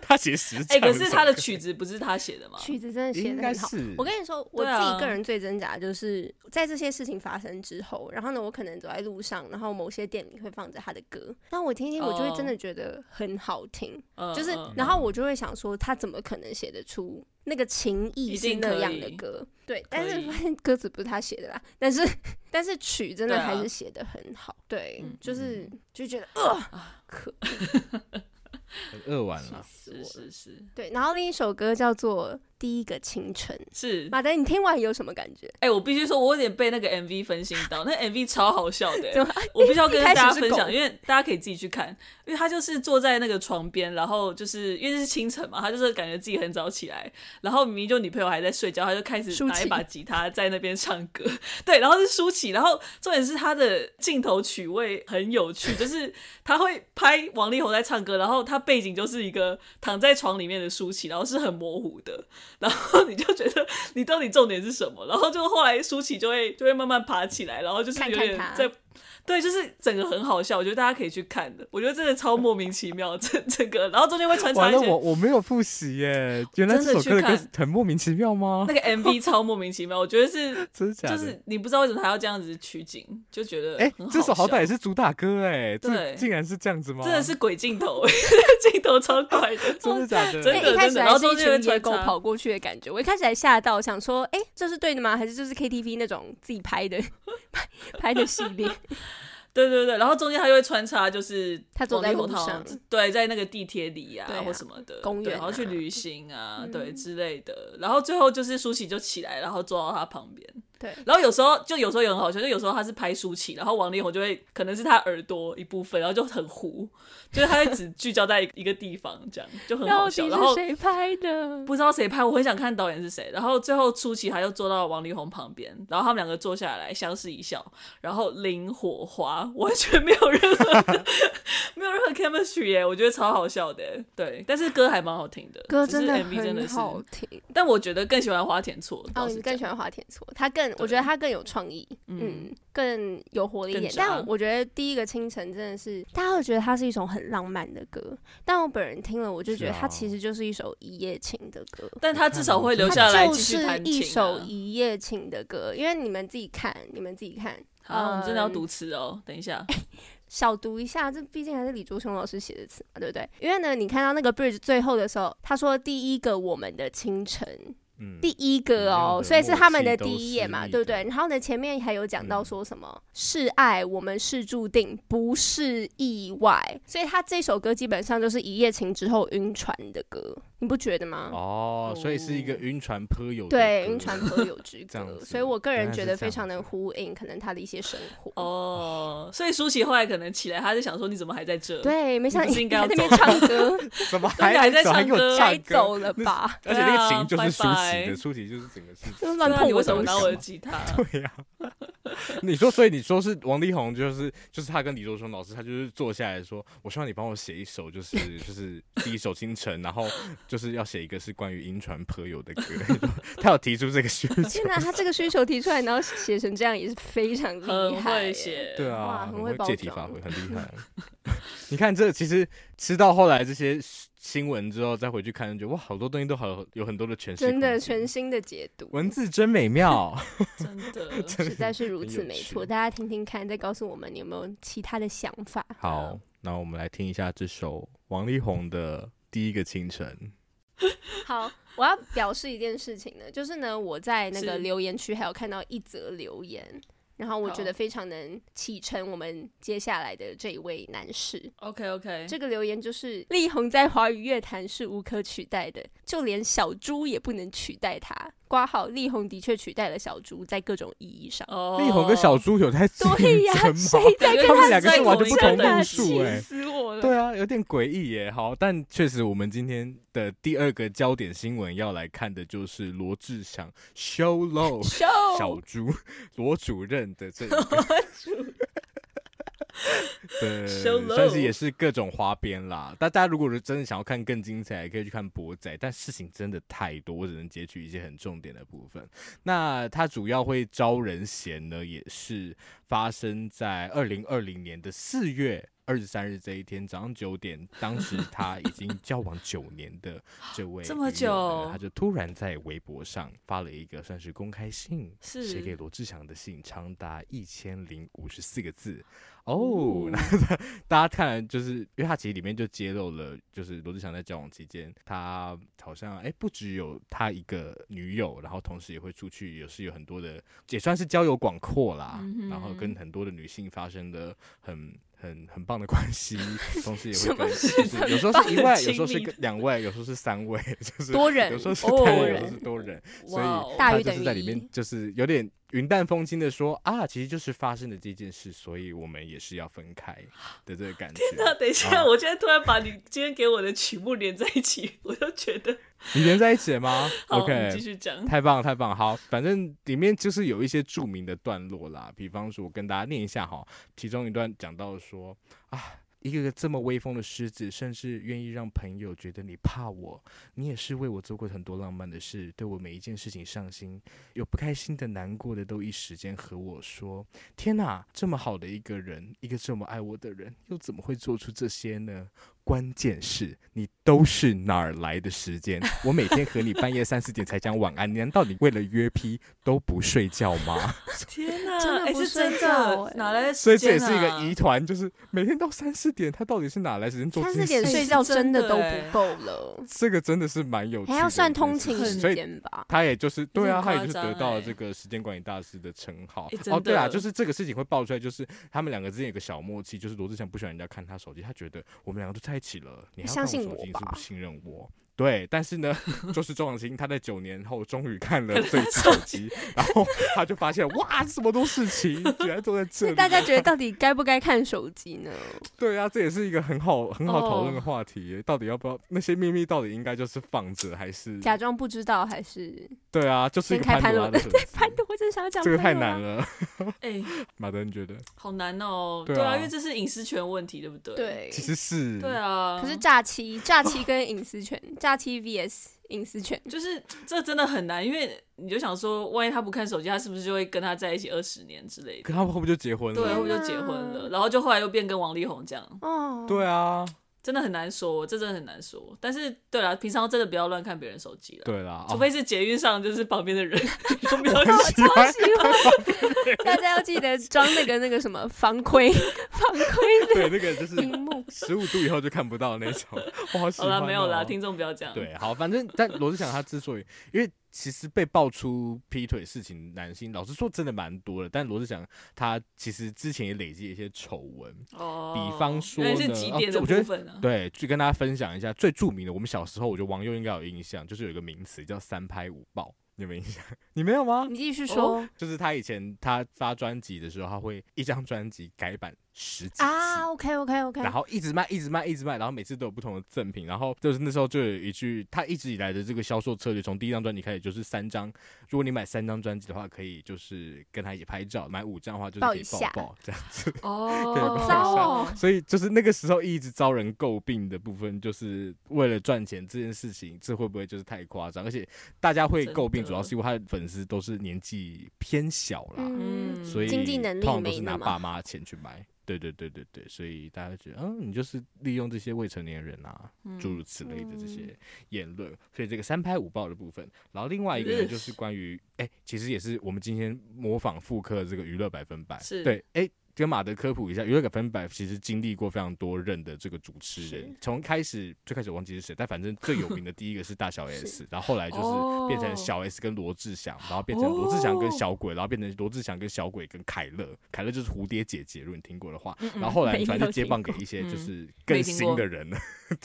S2: 他写十 唱
S3: 哎、可
S2: 首歌。
S3: 是他的曲子不是他写的吗？
S1: 曲子真的写
S2: 应
S1: 的
S2: 该
S1: 很好。
S2: 是
S1: 我跟你说，我
S3: 对
S1: 自
S3: 啊
S1: 己个人最挣扎就是在这些事情发生之后，然后呢，我可能走在路上，然后某些店里会放着他的歌，那我听听，我就会真的觉得很好听，
S3: 哦嗯
S1: 就是
S3: 嗯，
S1: 然后我就会想说，他怎么可能写得出那个情意
S3: 一
S1: 是
S3: 定
S1: 那
S3: 可
S1: 样的
S3: 以
S1: 歌？对，但是
S3: 以
S1: 发现歌词不是他写的 啦，但是但是曲真的
S3: 对啊
S1: 还是写的很好，对
S3: 嗯，
S1: 就是就觉得呃，可
S2: 很扼腕了，
S1: 死
S3: 是
S1: 我了。
S3: 是是
S1: 对，然后另一首歌叫做《第一个清晨》，
S3: 是，哎、
S1: 马丹，你听完有什么感觉？
S3: 我必须说，我有点被那个 MV 分心到，那 MV 超好笑的、欸
S1: 怎么
S3: 我必须要跟
S1: 一开始
S3: 大家
S1: 是
S3: 分
S1: 狗
S3: 享，因为大家可以自己去看，因为他就是坐在那个床边，然后就是因为是清晨嘛，他就是感觉自己很早起来，然后明明就女朋友还在睡觉，他就开始
S1: 舒
S3: 拿
S1: 淇
S3: 一把吉他在那边唱歌， 对，然后是舒淇，然后重点是他的镜头曲位很有趣，就是他会拍王力宏在唱歌，然后他背景就是一个躺在床里面的舒淇，然后是很模糊的，然后你就觉得你到底重点是什么？然后就后来舒淇就会 就会慢慢爬起来，然后就是
S1: 看
S3: 有
S1: 看
S3: 点
S1: 他
S3: 在对，就是整个很好笑，我觉得大家可以去看的。我觉得真的超莫名其妙，这这个，然后中间会穿插
S2: 完
S3: 一
S2: 了，
S3: 些
S2: 我我没有复习耶，原来
S3: 真
S2: 这
S3: 的
S2: 首歌的
S3: 去
S2: 歌
S3: 看
S2: 很莫名其妙吗
S3: 那？个 MV 超莫名其妙，我觉得是
S2: 真 的假
S3: 就
S2: 的？
S3: 是你不知道为什么还要这样子取景，就觉得
S2: 哎、
S3: 很
S2: 这首好
S3: 笑
S2: 歹也是主打歌哎，这
S3: 对
S2: 竟然是这样子吗？
S3: 真的是鬼镜头，欸 镜头超怪的，
S2: 真的假的？
S3: 真
S1: 对，
S3: 的
S1: 一开始
S3: 然
S1: 还
S3: 后
S1: 是一
S3: 中间会
S1: 群野
S3: 穿
S1: 狗
S3: 插
S1: 跑过去的感觉，我一开始还吓到，想说，哎、这是对的吗？还是就是 KTV 那种自己拍的 拍拍的系列？
S3: 对对对，然后中间他就会穿插，就是
S1: 他走在路上
S3: 王力宏好像对，在那个地铁里啊
S1: 对啊
S3: 或什么的
S1: 公园啊嗯
S3: 对然后去旅行啊，对之类的。然后最后就是舒淇就起来，然后坐到他旁边。
S1: 对
S3: 然后有时候就有时候也很好笑，就有时候他是拍舒淇，然后王力宏就会可能是他耳朵一部分，然后就很糊，就是他会只聚焦在一一个地方，这样就 很好
S1: 到
S3: 笑。
S1: 底
S3: 然后
S1: 是谁拍的？
S3: 不知道谁拍，我很想看导演是谁。然后最后舒淇她就坐到王力宏旁边，然后他们两个坐下来相视一笑，然后零火花，完全没有任何 没有任何 chemistry 耶、我觉得超好笑的耶、对，但是歌还蛮好听的，
S1: 歌
S3: 只
S1: 真
S3: 是
S1: 的
S3: MV 真的
S1: 很
S3: 是，
S1: 好听
S3: 但我觉得更喜欢花田错。
S1: 哦，
S3: 老
S1: 你
S3: 实
S1: 更
S3: 讲
S1: 喜欢花田错，他更我觉得他更有创意，嗯更有活力一点。
S3: 更
S1: 但
S3: 炸
S1: 我觉得第一个清晨真的是大家会觉得它是一首很浪漫的歌，但我本人听了我就是觉得它
S2: 啊
S1: 其实就是一首一夜情的歌。
S3: 但他至少会留下
S1: 它
S3: 来
S1: 就
S3: 继续
S1: 是
S3: 弹琴、啊。
S1: 一首一夜情的歌，因为你们自己看，你们自己看，
S3: 好，我们真的要
S1: 嗯
S3: 读词哦，等一下。
S1: 小读一下，这毕竟还是李卓雄老师写的词嘛，对不对？因为呢，你看到那个 bridge 最后的时候，他说第一个我们的清晨，
S2: 嗯，
S1: 第一个
S2: 样
S1: 哦，
S2: 的
S1: 所以是
S2: 默
S1: 他们
S2: 契
S1: 的
S2: 都
S1: 第一页
S2: 是
S1: 嘛，
S2: 你
S1: 对不
S2: 的
S1: 对？然后呢，前面还有讲到
S2: 嗯
S1: 说什么、是爱，我们是注定，不是意外，所以他这首歌基本上就是一夜情之后晕船的歌，你不觉得吗？
S2: 哦，所以是一个
S3: 哦
S2: 晕船颇友的
S1: 对，
S2: 歌
S1: 晕 船颇有之
S2: 这样
S1: 歌，
S2: 子
S1: 所以我个
S2: 原
S1: 人
S2: 来
S1: 觉
S2: 是
S1: 得
S2: 这
S1: 非
S2: 样
S1: 常能
S2: 子
S1: 呼应可能他的一些生活。
S3: 哦，所以舒淇后来可能起来，他就想说你怎么还在这？，
S1: 对，没想
S3: 你
S1: 到
S3: 不是应
S1: 你在
S3: 该要
S1: 那边唱歌，
S2: 怎么
S3: 对还在
S2: 怎么还
S3: 唱
S2: 给我
S3: 歌
S1: 该
S2: 唱
S1: 走了吧？
S2: 而且那
S3: 对
S2: 个
S3: 啊
S2: 琴就是舒
S3: 拜
S2: 淇
S3: 拜
S2: 的，舒淇就是 整个是。
S1: 乱
S3: 那
S1: 碰
S3: 啊你
S1: 我
S3: 为什么
S1: 东
S3: 拿
S1: 西
S3: 我的 吉他？
S2: 对呀、 你说，所以你说是王力宏，就是就是他跟李卓雄老师，他就是坐下来说，我希望你帮我写一首，就是就是第一首《清晨》，然后就是要写一个是关于银船朋友的歌， 他有提出这个需 求，
S1: 天哪，他这个需求提出来，然后写成这样也是非常厉
S3: 很
S1: 害耶，
S3: 会写，
S2: 对
S1: 哇
S2: 啊，
S1: 很
S2: 很
S1: 会
S2: 会
S1: 包
S2: 借题
S1: 装
S2: 发挥，很厉 害。你看这其实吃到后来这些新闻之后，再回去看，就觉得哇，好多东西都好有很多的诠释，
S1: 真的全。新的解读，
S2: 文字真美妙，
S3: 真的。
S1: 实在是如
S2: 很
S1: 此，
S2: 有
S1: 没
S2: 趣
S1: 错。大家听听看，再告诉我们你有没有其他的想 法。
S2: 好，那我们来听一下这首王力宏的《第一个清晨》。
S1: 好，我要表示一件事情呢，就是呢，我在那个
S3: 是
S1: 留言区还有看到一则留言，然后我觉
S3: 好
S1: 得非常能启程我们接下来的这一位男士。
S3: OK OK，
S1: 这个留言就是力宏在华语乐坛是无可取代的，就连小猪也不能取代他。挂号，力宏的确取代了小猪，在各种意义 上。
S3: 哦，
S2: 力宏跟小猪有在竞
S1: 对呀、
S2: 争
S1: 谁
S2: 吗？
S1: 在跟
S2: 他们
S1: 两
S2: 两个是完全不同
S3: 路
S2: 数
S1: 气
S2: 哎
S1: 死我了。
S2: 对啊，有点诡异耶。好，但确实我们今天的第二个焦点新闻要来看的就是罗志祥 show low 小
S3: 哦
S1: ，show
S2: 猪 罗主任的这一个 对，
S3: Show
S2: 算
S3: low
S2: 是也是各种花边啦。大家如果是真的想要看更精彩，可以去看博仔，但事情真的太多，我只能截取一些很重点的部分。那它主要会招人嫌呢，也是发生在二零二零年的四月。二十三日这一天早上九点，当时他已经交往九年的这位
S3: 这么
S2: 女友呢
S3: 久
S2: 他就突然在微博上发了一个算是公开信，
S3: 是
S2: 写给罗志祥的信，长达一千零五十四个字哦
S3: 哦。
S2: 那大家看来就是因为他其实里面就揭露了，就是罗志祥在交往期间，他好像哎、不只有他一个女友，然后同时也会出去，也是有很多的，也算是交友广阔啦，
S3: 嗯
S2: 然后
S3: 哼
S2: 跟很多的女性发生了很。很很棒的关系，同时也会
S1: 什么
S2: 跟，就是
S1: 是
S2: 有时候是一
S3: 很
S2: 位，
S3: 亲
S2: 有时候是
S3: 密
S2: 跟两位，有时候是三位，就是
S1: 多人
S2: 有时候是
S3: 哦
S2: 单人，有时候是多人，所以
S3: 哇哦
S1: 大
S2: 他
S1: 于
S2: 就
S1: 等
S2: 是
S1: 于
S2: 在里面
S1: 一
S2: 就是有点云淡风轻的说啊，其实就是发生了这件事，所以我们也是要分开的这个感觉。
S3: 那等一下，
S2: 啊
S3: 我现在突然把你今天给我的曲目连在一起，我就觉得
S2: 你连在一起了吗
S3: 好你继
S2: ？OK，
S3: 续讲。
S2: 太棒了太棒了，好，反正里面就是有一些著名的段落啦，比方说我跟大家念一下哈，其中一段讲到说啊。一个这么威风的狮子，甚至愿意让朋友觉得你怕我，你也是为我做过很多浪漫的事，对我每一件事情上心，有不开心的、难过的，都一时间和我说。天哪，这么好的一个人，一个这么爱我的人，又怎么会做出这些呢？关键是你都是哪儿来的 时间？我每天和你半夜三四点才讲晚安，难道你为了约 P 都不睡觉 吗？
S3: 天哪，
S1: 真的
S3: 哎
S1: 不
S3: 是真
S1: 睡觉
S3: 的
S1: 哎，
S3: 哪来的
S2: 所以
S3: 时
S2: 这也
S3: 间啊？
S2: 是一个疑团，就是每天到三四点，他到底是哪来时间做
S1: 三
S2: 这
S1: 四
S2: 件
S1: 点
S2: 事
S1: 睡
S2: 情？
S1: 觉
S3: 真
S1: 真
S3: 的
S1: 的都
S3: 欸
S1: 不够了，
S2: 这个真的是蛮有趣的一件事情，
S1: 还要算通勤
S3: 很
S1: 时
S2: 所以
S1: 间吧？
S2: 他也就是对啊，
S3: 很夸
S2: 他也就是得到了
S3: 张欸
S2: 这个时间管理大师的称号
S3: 欸。真
S2: 哦，对啊，
S3: 的
S2: 就是这个事情会爆出来，就是他们两个之间有个小默契，就是罗志祥不喜欢人家看他手机，他觉得我们两个都在一起了，你还要
S1: 相
S2: 看
S1: 信
S2: 手
S1: 我
S2: 机，你是
S1: 吧
S2: 不信任我。对，但是呢， 就是周扬青，他在九年后终于看了这一次手机， 然后他就发现哇，这什么都事情，居然都在这
S1: 所以
S2: 里。
S1: 大家觉得到底该不该看手机 呢？
S2: 对啊，这也是一个很好很好讨论的
S3: 哦
S2: 话题耶，到底要不要那些秘密，到底应该就是放着还是？
S1: 假装不知道还是？
S2: 对啊，就是一
S1: 先
S2: 个
S1: 开
S2: 潘
S1: 潘
S2: 多
S1: 罗
S2: 拉的 盒子
S1: 潘多，我真的想要讲啊
S2: 这个
S1: 潘
S2: 太
S1: 多拉
S2: 难。了，
S3: 哎，
S2: 马德，你觉得？
S3: 好难哦。
S2: 对啊嗯
S3: 对啊，因为这是隐私权问题，对不对？。
S1: 对，
S2: 其实是，
S3: 对啊，
S1: 可是假期，假期跟隐私权， 假期 VS 隐私权，
S3: 就是这真的很难，因为你就想说，万一他不看手机，他是不是就会跟他在一起二十年之类的？
S2: 可他们会不会就结婚
S3: 对，会
S2: 了？
S3: 不会就结婚了？然后就后来又变跟王力宏这样，
S1: 哦，
S2: 对啊，
S3: 真的很难说，这真的很难说。但是对啦，平常真的不要乱看别人手机了，
S2: 对啦，
S3: 除
S2: 哦
S3: 非是捷运上就是旁边 的人有没有
S2: 我很喜欢
S1: 喜 欢大家要记得装那个那个什么防窥防窥
S2: 对那个就是
S1: 的屏幕。
S2: 十五度以后就看不 到那种，我好喜
S3: 好
S2: 欢哦。
S3: 啦，没有啦，听众不要这样。
S2: 对，好，反正但罗志祥他之所以，因为其实被爆出劈腿事情，男性老实说真的蛮多的。但罗志祥他其实之前也累积了一些丑闻，
S3: 哦，
S2: 比方说
S3: 原来是
S2: 呢
S3: 几
S2: 哦
S3: 点
S2: 这
S3: 的
S2: 我觉得
S3: 部分啊？
S2: 对，去跟大家分享一下最著名的。我们小时候，我觉得网友应该有印象，就是有一个名词叫“三拍五爆”，你有没有印象？ 你没有吗？
S1: 你继续说、
S2: 就是他以前他发专辑的时候，他会一张专辑改版十几次。
S1: 啊，OK OK OK，
S2: 然后一直卖，一直卖，一直卖，然后每次都有不同的赠品，然后就是那时候就有一句，他一直以来的这个销售策略，从第一张专辑开始就是三张，如果你买三张专辑的话，可以就是跟他一起拍照；买五张的话，就是可
S1: 抱
S2: 以
S1: 一下
S2: 抱抱这样子。 对
S3: 哦，
S2: 好
S1: 糟哦！
S2: 所以就是那个时候一直招人诟病的部分，就是为了赚钱这件事情，这会不会就是太夸张？而且大家会诟
S3: 真
S2: 病，
S3: 的
S2: 主要是因为他的粉丝都是年纪偏小啦，
S1: 嗯，
S3: 嗯，
S2: 所以
S1: 经济能力
S2: 通常都
S1: 没
S2: 是
S1: 那
S2: 拿
S1: 么
S2: 爸妈的钱去买。对对对对对，所以大家觉得，嗯，你就是利用这些未成年人啊，
S3: 嗯
S2: 诸如此类的这些言论，所以这个三拍五爆的部分，然后另外一个呢，
S3: 是
S2: 就是关于，哎、其实也是我们今天模仿复刻的这个娱乐百分百，
S3: 是
S2: 对，哎、跟马德科普一下，娱乐百分百其实经历过非常多任的这个主持人
S1: 是，
S2: 从开始最开始我忘记是谁，但反正最有名的第一个是大 小 S，然后后来就是
S3: 哦
S2: 变成小 S 跟罗志祥，然后变成罗志祥跟小鬼，然后变成罗志祥跟小鬼跟凯乐，凯乐就是蝴蝶姐姐，如果你听过的话，
S3: 嗯嗯
S2: 然后后来
S1: 没有
S2: 反正就接棒给
S1: 听过
S2: 一些
S3: 嗯
S2: 就是
S3: 没
S2: 更
S3: 听
S2: 新
S3: 过
S2: 的人了，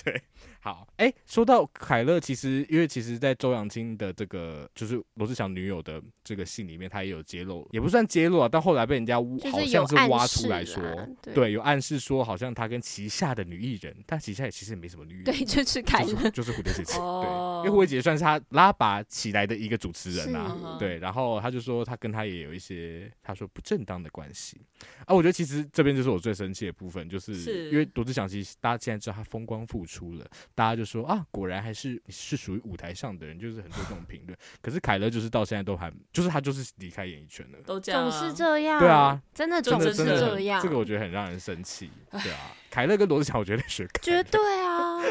S2: 对。好，哎、说到凯乐，其实因为其实，在周扬青的这个就是罗志祥女友的这个信里面，他也有揭露，也不算揭露啊，但后来被人家
S1: 就是
S2: 好
S1: 有
S2: 像是
S1: 暗
S2: 挖
S1: 示
S2: 出来
S1: 啦
S2: 说，
S1: 对
S2: 对，有暗示说好像他跟旗下的女艺人，但旗下也其实也没什么女艺人，
S1: 对，就是凯
S2: 就
S1: 乐
S2: 是，就是蝴蝶姐姐，
S3: 哦
S2: 对，因为蝴蝶姐姐算是他拉拔起来的一个主持人啊，
S1: 是
S2: 对，然后他就说他跟他也有一些他说不正当的关系啊，我觉得其实这边就是我最生气的部分，就是
S3: 是
S2: 因为罗志祥其实大家现在知道他风光复出了，大家就说啊，果然还是是属于舞台上的人，就是很多 这种评论，可是凯乐就是到现在都还就是他就是离开演艺圈了。
S3: 都这样
S1: 总
S3: 啊，
S1: 是这样，
S2: 对啊，
S1: 真的
S2: 真
S1: 总
S2: 的
S1: 是
S2: 真
S3: 的
S2: 的
S1: 这
S2: 很，
S1: 样，
S2: 这个我觉得很让人生 气，对啊，凯乐跟罗志祥，我觉得学凯
S1: 绝
S2: 乐，
S1: 对啊，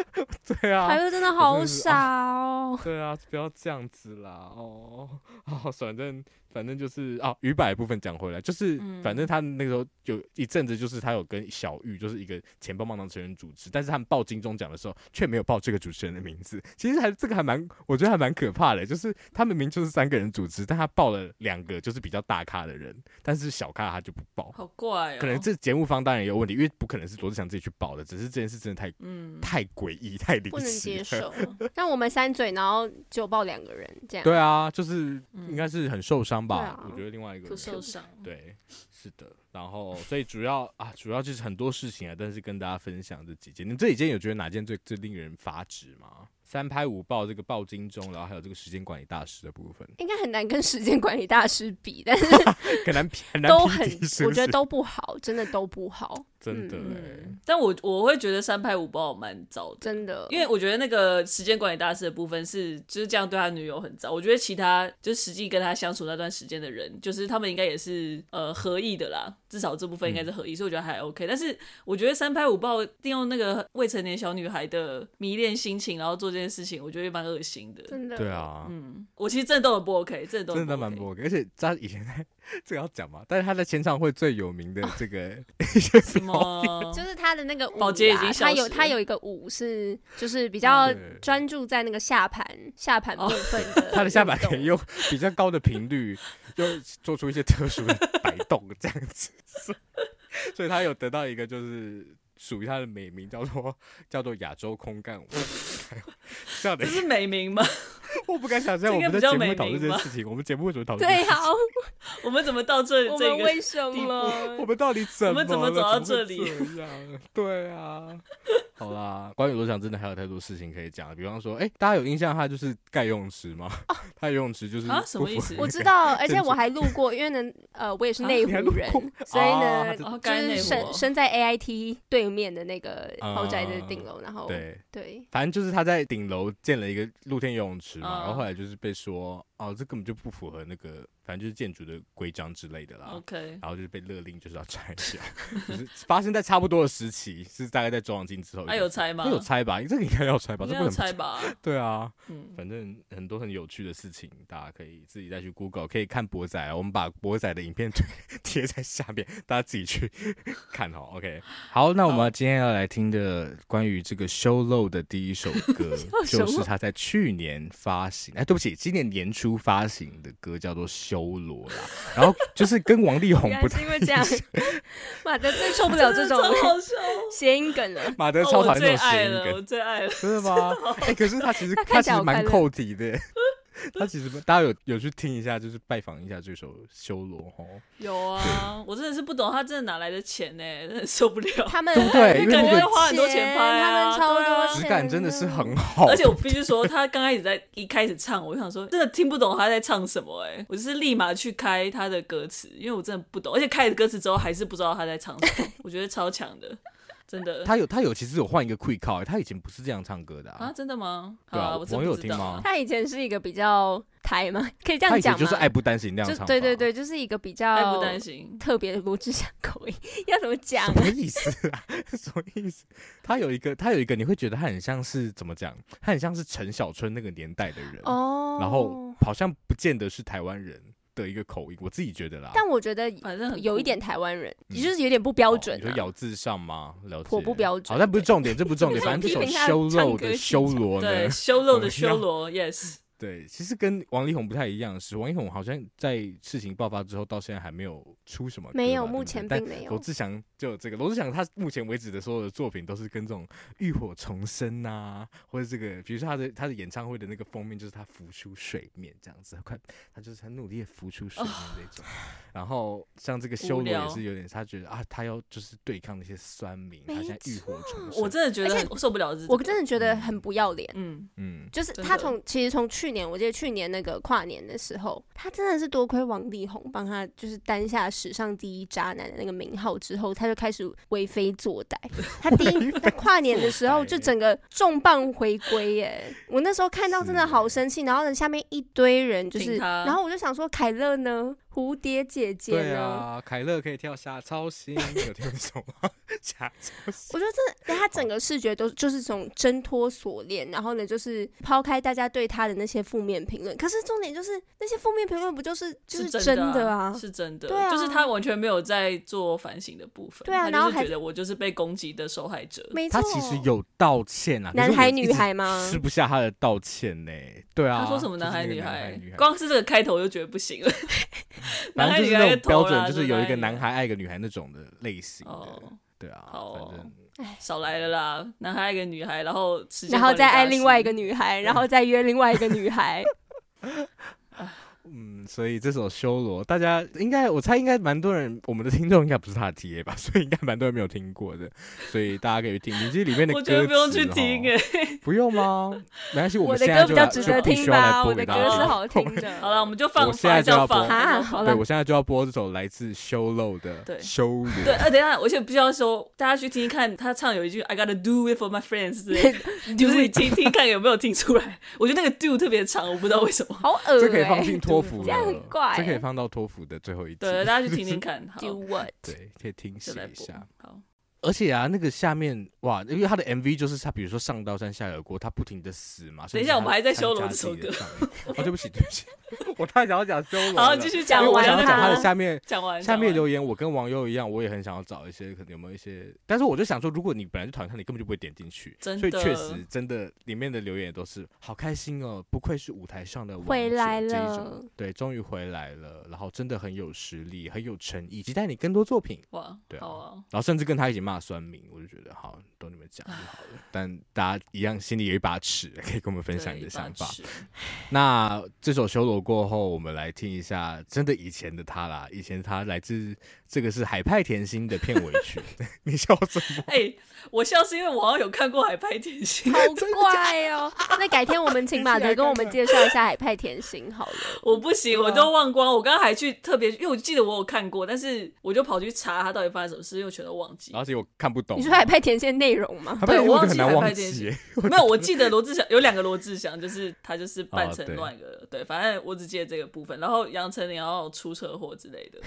S2: 对 啊，
S1: 凯乐真的
S2: 真
S1: 好
S2: 的是
S1: 傻 哦，
S2: 对啊，不要这样子啦，哦，哦，反正反正就是哦，鱼摆的部分讲回来，就是、
S1: 嗯
S2: 反正他那个时候有一阵子，就是他有跟小玉，就是一个前棒棒糖成员主持，但是他们报金钟奖的时候，却没有报这个主持人的名字。其实还这个还蛮，我觉得还蛮可怕的，就是他们明明就是三个人主持，但他报了两个就是比较大咖的人，但是小咖他就不报。
S3: 好怪哦，
S2: 可能这节目方当然也有问题，因为不可能是罗志祥自己去报的，只是这件事真的太
S3: 嗯，
S2: 太诡异、太离奇，
S1: 不能接受。让我们三嘴，然后就抱两个人这样，
S2: 对啊，就是
S3: 嗯
S2: 应该是很受伤
S1: 对
S2: 吧？
S1: 啊
S2: 我觉得另外一个
S3: 不
S2: 人
S3: 受伤，
S2: 对，是的。然后，所以主要 啊，主要就是很多事情啊，但是跟大家分享这几件。你们这几件有觉得哪件最最令人发指吗？三拍五爆这个爆金钟，然后还有这个时间管理大师的部分，
S1: 应该很难跟时间管理大师比，但是
S2: 很难匹很难
S1: 都
S2: 匹
S1: 很
S2: 敌是，不
S1: 我觉得
S2: 是
S1: 都不好，真的都不好，
S2: 真的
S1: 嗯
S2: 欸
S3: 嗯，但我我会觉得三拍五包蛮糟的。
S1: 真的，
S3: 因为我觉得那个时间管理大师的部分是，就是这样对他女友很糟。我觉得其他就是实际跟他相处那段时间的人，就是他们应该也是呃合意的啦，至少这部分应该
S2: 嗯
S3: 是合意，所以我觉得还 OK。但是我觉得三拍五爆利用那个未成年小女孩的迷恋心情，然后做这件事情，我觉得蛮恶心的。
S1: 真的，
S2: 对，啊，
S3: 嗯，我其实真的都很不 OK，真的都
S2: 真
S3: 很不
S2: 的
S3: OK
S1: 哎
S2: 蛮不 OK。而且 他以前在这个要讲嘛，但是他在前唱会最有名的这个 一些
S3: 什么
S1: 就。是他的那个舞、
S3: 保
S1: 啊，
S3: 洁已经消
S1: 他有
S3: 失了
S1: 他有一个舞是就是比较
S2: 哦对
S1: 专注在那个下盘下盘部
S3: 哦
S1: 分的运 动，
S2: 他的下巴可以用比较高的频率， 又做出一些特殊的摆动，这样子， 所以所以他有得到一个就是属于他的美名，叫做叫做亚洲空干舞。这样的
S3: 这，是美名吗？
S2: 我不敢想象
S3: 这
S2: 我
S3: 应该
S2: 们在
S3: 比较
S2: 节目会
S3: 美
S2: 讨论
S3: 名
S2: 这件
S3: 吧
S2: 事情，我们节目为什么讨论？
S1: 对，好，
S3: 我们怎么到这
S1: 我
S3: 这
S1: 们
S3: 个？
S1: 为什
S3: 地步
S1: 么
S2: 我？们到底怎
S3: 我
S2: 么
S3: 们怎么
S2: 么
S3: 走到这里
S2: 这样，对啊。好啦，关于罗翔真的还有太多事情可以讲，比方说，哎、大家有印象他就是盖游泳池吗？ 他游泳池就是
S3: 哦啊什么
S2: 不符
S3: 意思
S1: 我知道，而且我还路过，因为呢，呃，我也是内湖
S2: 啊你还路
S1: 人
S2: 过，
S1: 所以
S2: 啊
S1: 呢，
S2: 他
S3: 哦，
S1: 就
S3: 该内
S1: 是
S3: 湖哦
S1: 身身在 AIT 对面的那个豪宅的
S2: 啊
S1: 顶楼，然后
S3: 哦
S2: 对，
S1: 对，
S2: 反正就是他在顶楼建了一个露天游泳池嘛，
S3: 嗯
S2: 然后后来就是被说，哦，这根本就不符合那个，反正就是建筑的规章之类的啦。
S3: OK，
S2: 然后就是被勒令就是要拆掉，就是发生在差不多的时期，是大概在周扬青之后，会
S3: 还啊有猜吗
S2: 这？有猜吧？这个应该要猜吧？
S3: 应
S2: 这
S3: 该
S2: 不能不
S3: 有猜 吧？
S2: 对啊，
S3: 嗯，
S2: 反正很多很有趣的事情，大家可以自己再去 Google，可以看博仔啊。我们把博仔的影片 贴在下面，大家自己去 看哦。OK，好，那我们今天要来听的关于这个 Show Low 的第一首 歌
S1: 什么
S2: 就是他在去年发行，哎，对不起，今年年初发行的歌叫做《修罗》啦。然后就是跟王力宏
S1: 原
S2: 不
S1: 来
S2: 太
S1: 是因为这样， 妈的，最受不了 这种
S3: 真的超好笑，
S1: 谐音梗 了。
S2: 马德
S3: 哦
S2: 超
S3: 我
S2: 讨厌
S3: 最
S2: 那种谐
S3: 爱
S2: 音
S3: 了，我
S2: 梗，
S3: 最爱了。
S2: 真的吗？哎、可是他其实
S1: 他
S2: 他
S1: 看起
S2: 其
S1: 来
S2: 实
S1: 好快
S2: 蛮
S1: 乐
S2: 扣题的， 他其实大家有有去听一下，就是拜访一下这首《修罗》哦，
S3: 有啊，我真的是不懂他真的哪来的钱呢、真的受不了。
S1: 他们
S2: 对不 对因为
S1: 很
S2: 那个哦
S1: 多
S3: 花很多钱拍啊
S1: 他们超
S3: 对啊
S1: 多钱，
S2: 质感真的是。很好。
S3: 而且我必须说，他刚开始在一开始唱，我就想说，真的听不懂他在唱什么哎、我就是立马去开他的歌词，因为我真的不懂，而且开了歌词之后还是不知道他在唱什么，我觉得超强的，真的
S2: 他有他有其实有换一个 quick call，他以前不是这样唱歌的
S3: 啊，
S2: 啊，
S3: 真的吗？好
S2: 对啊
S3: 啊，我真
S2: 网
S3: 不
S2: 友
S3: 知
S2: 听
S3: 道
S2: 吗
S3: 啊
S1: 他以前是一个比较台嘛，可以这
S2: 他
S1: 样
S2: 以前
S1: 讲
S2: 就是
S1: 吗
S2: 爱不担心那样
S1: 就
S2: 唱，
S1: 对对，对，就是一个比较
S3: 爱不担心，
S1: 特别的罗志祥口音，要怎么讲
S2: 什
S1: 啊？
S2: 么意思啊？ 什么意思？他有一个他有一个，你会觉得他很像是怎么讲？他很像是陈小春那个年代的人，
S1: 哦，
S2: 然后好像不见得是台湾人的一个口音，我自己觉得啦。
S1: 但我觉得
S3: 反正很
S1: 有一
S3: 酷
S1: 点台湾人，
S2: 嗯
S1: 也就是有点不标
S2: 哦
S1: 准
S2: 你
S1: 啊
S2: 说。咬字上吗？了解，
S1: 颇不标准
S2: 好，但不是重点，这不是 重点，
S1: 对
S2: 反正这首
S1: 批评他
S2: 修
S1: 唱
S2: 肉
S1: 歌
S2: 的
S1: 技
S2: 修
S1: 巧
S2: 罗呢
S3: 对，，修肉
S2: 我
S3: 的
S2: 们
S3: 修
S2: 要
S3: 罗，yes，
S2: 对，其实跟王力宏不太一样的是，王力宏好像在事情爆发之后到现在还没有出什么歌吧，
S1: 没有，
S2: 对不
S1: 目
S2: 对
S1: 前
S2: 但
S1: 并没
S2: 罗
S1: 有。
S2: 志祥就有这个，罗志祥他目前为止的所有的作品都是跟这种浴火重生呐、或者这个，比如说他的他的演唱会的那个封面就是他浮出水面这样子，快，他就是很努力的浮出水面那种。然后像这个修
S3: 哦无
S2: 罗也
S3: 聊
S2: 是有点，他觉得啊，他要就是对抗那些酸民，他
S1: 没
S2: 现在浴火重生。
S3: 我真的觉得
S1: 而且
S3: 很受不了是这个，
S1: 我真的觉得很不要脸，
S3: 嗯，
S2: 嗯，
S1: 就是
S3: 真
S1: 他
S3: 的
S1: 从其实从去年，我记得去年那个跨年的时候，他真的是多亏王力宏帮他就是担下史上第一渣男的那个名号之后，他就开始为非作歹。他第一在跨年的时候就
S3: 欸
S1: 整个重磅回归耶！我那时候看到真的好生气，然后呢下面一堆人就是，
S3: 挺他
S1: 然后我就想说凯乐呢，蝴蝶姐姐
S2: 对
S1: 呢，
S2: 啊，凯乐可以跳下超星，你有听过这首吗？ 下超星。
S1: 我觉得这他整个视觉都就是从挣脱锁链，然后呢，就是抛开大家对他的那些负面评论。可是重点就是那些负面评论不就是就是是
S3: 真
S1: 的
S3: 啊，
S1: 啊？
S3: 是真的，
S1: 对啊
S3: 就是他完全没有在做反省的部分，
S1: 对啊
S3: 他
S1: 然后
S3: 就是
S1: 还
S3: 觉得我就是被攻击的受害者，
S1: 没错，
S2: 他其实有道歉啊，可是
S1: 男孩
S2: 我一直
S1: 女孩吗
S2: 吃不下他的道歉呢、对啊，
S3: 他说什么
S2: 就是
S3: 男孩
S2: 那个
S3: 女
S2: 孩
S3: 孩
S2: 女？孩，
S3: 光是这个开头我就觉得不行了。男
S2: 反
S3: 孩
S2: 正就
S3: 女
S2: 是
S3: 孩
S2: 那
S3: 的
S2: 种
S1: 啊
S2: 标
S3: 头啦
S2: 准，就是有一个
S3: 就是男孩
S2: 男孩爱一个女孩那种的类型的，
S3: 哦，
S2: 对啊，
S3: 好哦
S2: 反正
S3: 少来了啦，男孩爱一个女孩，然后时间
S1: 然后
S3: 管理
S1: 再
S3: 大
S1: 爱
S3: 师
S1: 另外一个，女孩，然后再约另外一个女 孩。
S2: 嗯，所以这首《修罗》，大家应该我猜应该蛮多人，我们的听众应该不是他的 TA 吧，所以应该蛮多人没有听过的， 所以大家可以去听。你这里面的
S3: 我
S2: 歌
S3: 觉得不用去
S2: 词哦
S3: 听哎、
S2: 不用吗？没关系，
S1: 欸我
S2: 们
S1: 的
S2: 现在
S1: 歌
S2: 就
S1: 比较
S2: 来
S1: 值
S2: 就
S1: 得
S2: 必
S1: 听
S2: 须要来
S1: 吧，
S2: 播
S1: 我的歌
S2: 给大
S1: 是
S2: 家
S1: 好听 的。
S3: 好了，我们就放，
S2: 我现在就要
S3: 放
S2: 播
S3: 还是要
S1: 哈好
S3: 放。
S1: 了
S2: 对，我现在就要播这首来自修漏的
S3: 对
S2: 《修罗》。
S3: 对，呃，等一下，我现在必须要说，大家去听听看，他唱有一句 "I gotta do it for my friends"，之类的就是你听听看有没有听出来。我觉得那个 "do" 特别长，我不知道为什么。
S1: 好恶
S2: 这可以放
S1: 欸
S2: 进托福了，
S1: 这样很怪
S2: 这可以
S1: 欸
S2: 放到托福的最后一集，
S3: 对，大家去听听看，好，
S1: ！Do what？
S2: 对，可以听
S3: 就
S2: 写
S3: 来
S2: 一
S3: 播
S2: 下。。
S3: 好，
S2: 而且啊，那个下面哇，因为他的 MV 就是他，比如说上刀山下油锅，他不停的死嘛。
S3: 等一下我们还在修罗
S2: 这
S3: 这首歌
S2: 哦，对不起，对不起，我太想要讲修罗了。
S3: 好，继续讲
S2: 因为我
S3: 完
S2: 想
S3: 了
S2: 要
S1: 完
S2: 讲他
S1: 它
S2: 的下面
S3: 讲完，
S2: 下
S3: 讲
S2: 面
S3: 完
S2: 留言，我跟网友一样，我也很想要找一些可能有没有一些，但是我就想说，如果你本来就讨厌他，你根本就不会点进去。
S3: 真
S2: 所以
S3: 的
S2: 确实，真的里面的留言也都是好开心哦，不愧是舞台上的王
S1: 回
S2: 者
S1: 来
S2: 这一种
S1: 了
S2: 对，终于回来了，然后真的很有实力，很有诚意，期待你更多作品。
S3: 哇
S2: 对，啊
S3: 好啊，
S2: 然后甚至跟他一起骂酸民，我就觉得好，都你们讲就好了。但大家一样心里有一把尺，可以跟我们分享
S3: 对
S2: 你的
S3: 一把
S2: 想法。
S3: 尺
S2: 那这首修罗过后，我们来听一下真的以前的他啦，以前他来自这个是海派甜心的片尾 曲，你笑什么？
S3: 哎、我笑是因为我好像有看过《海派 甜心》
S1: 好怪哦！那改天我们请马德跟我们介绍一下海派甜心好了。
S3: 我不行，我都忘光。我刚刚还去特别，因为我记得我有看过，但是我就跑去查它到底发生什么事，因为我全都忘记。
S2: 而且我看不懂。
S1: 你说海派甜线内容吗？
S2: 海派
S3: 对我
S2: 我
S3: 忘
S2: 很
S3: 记
S2: 难
S3: 海
S2: 忘
S3: 派
S2: 记
S3: 甜
S2: 欸，
S3: 没有，我记得罗志祥有两个罗志祥，就是他就是扮成
S2: 哦对
S3: 乱一个，对，反正我只记得这个部分。然后杨丞琳啊然后出车祸之类的，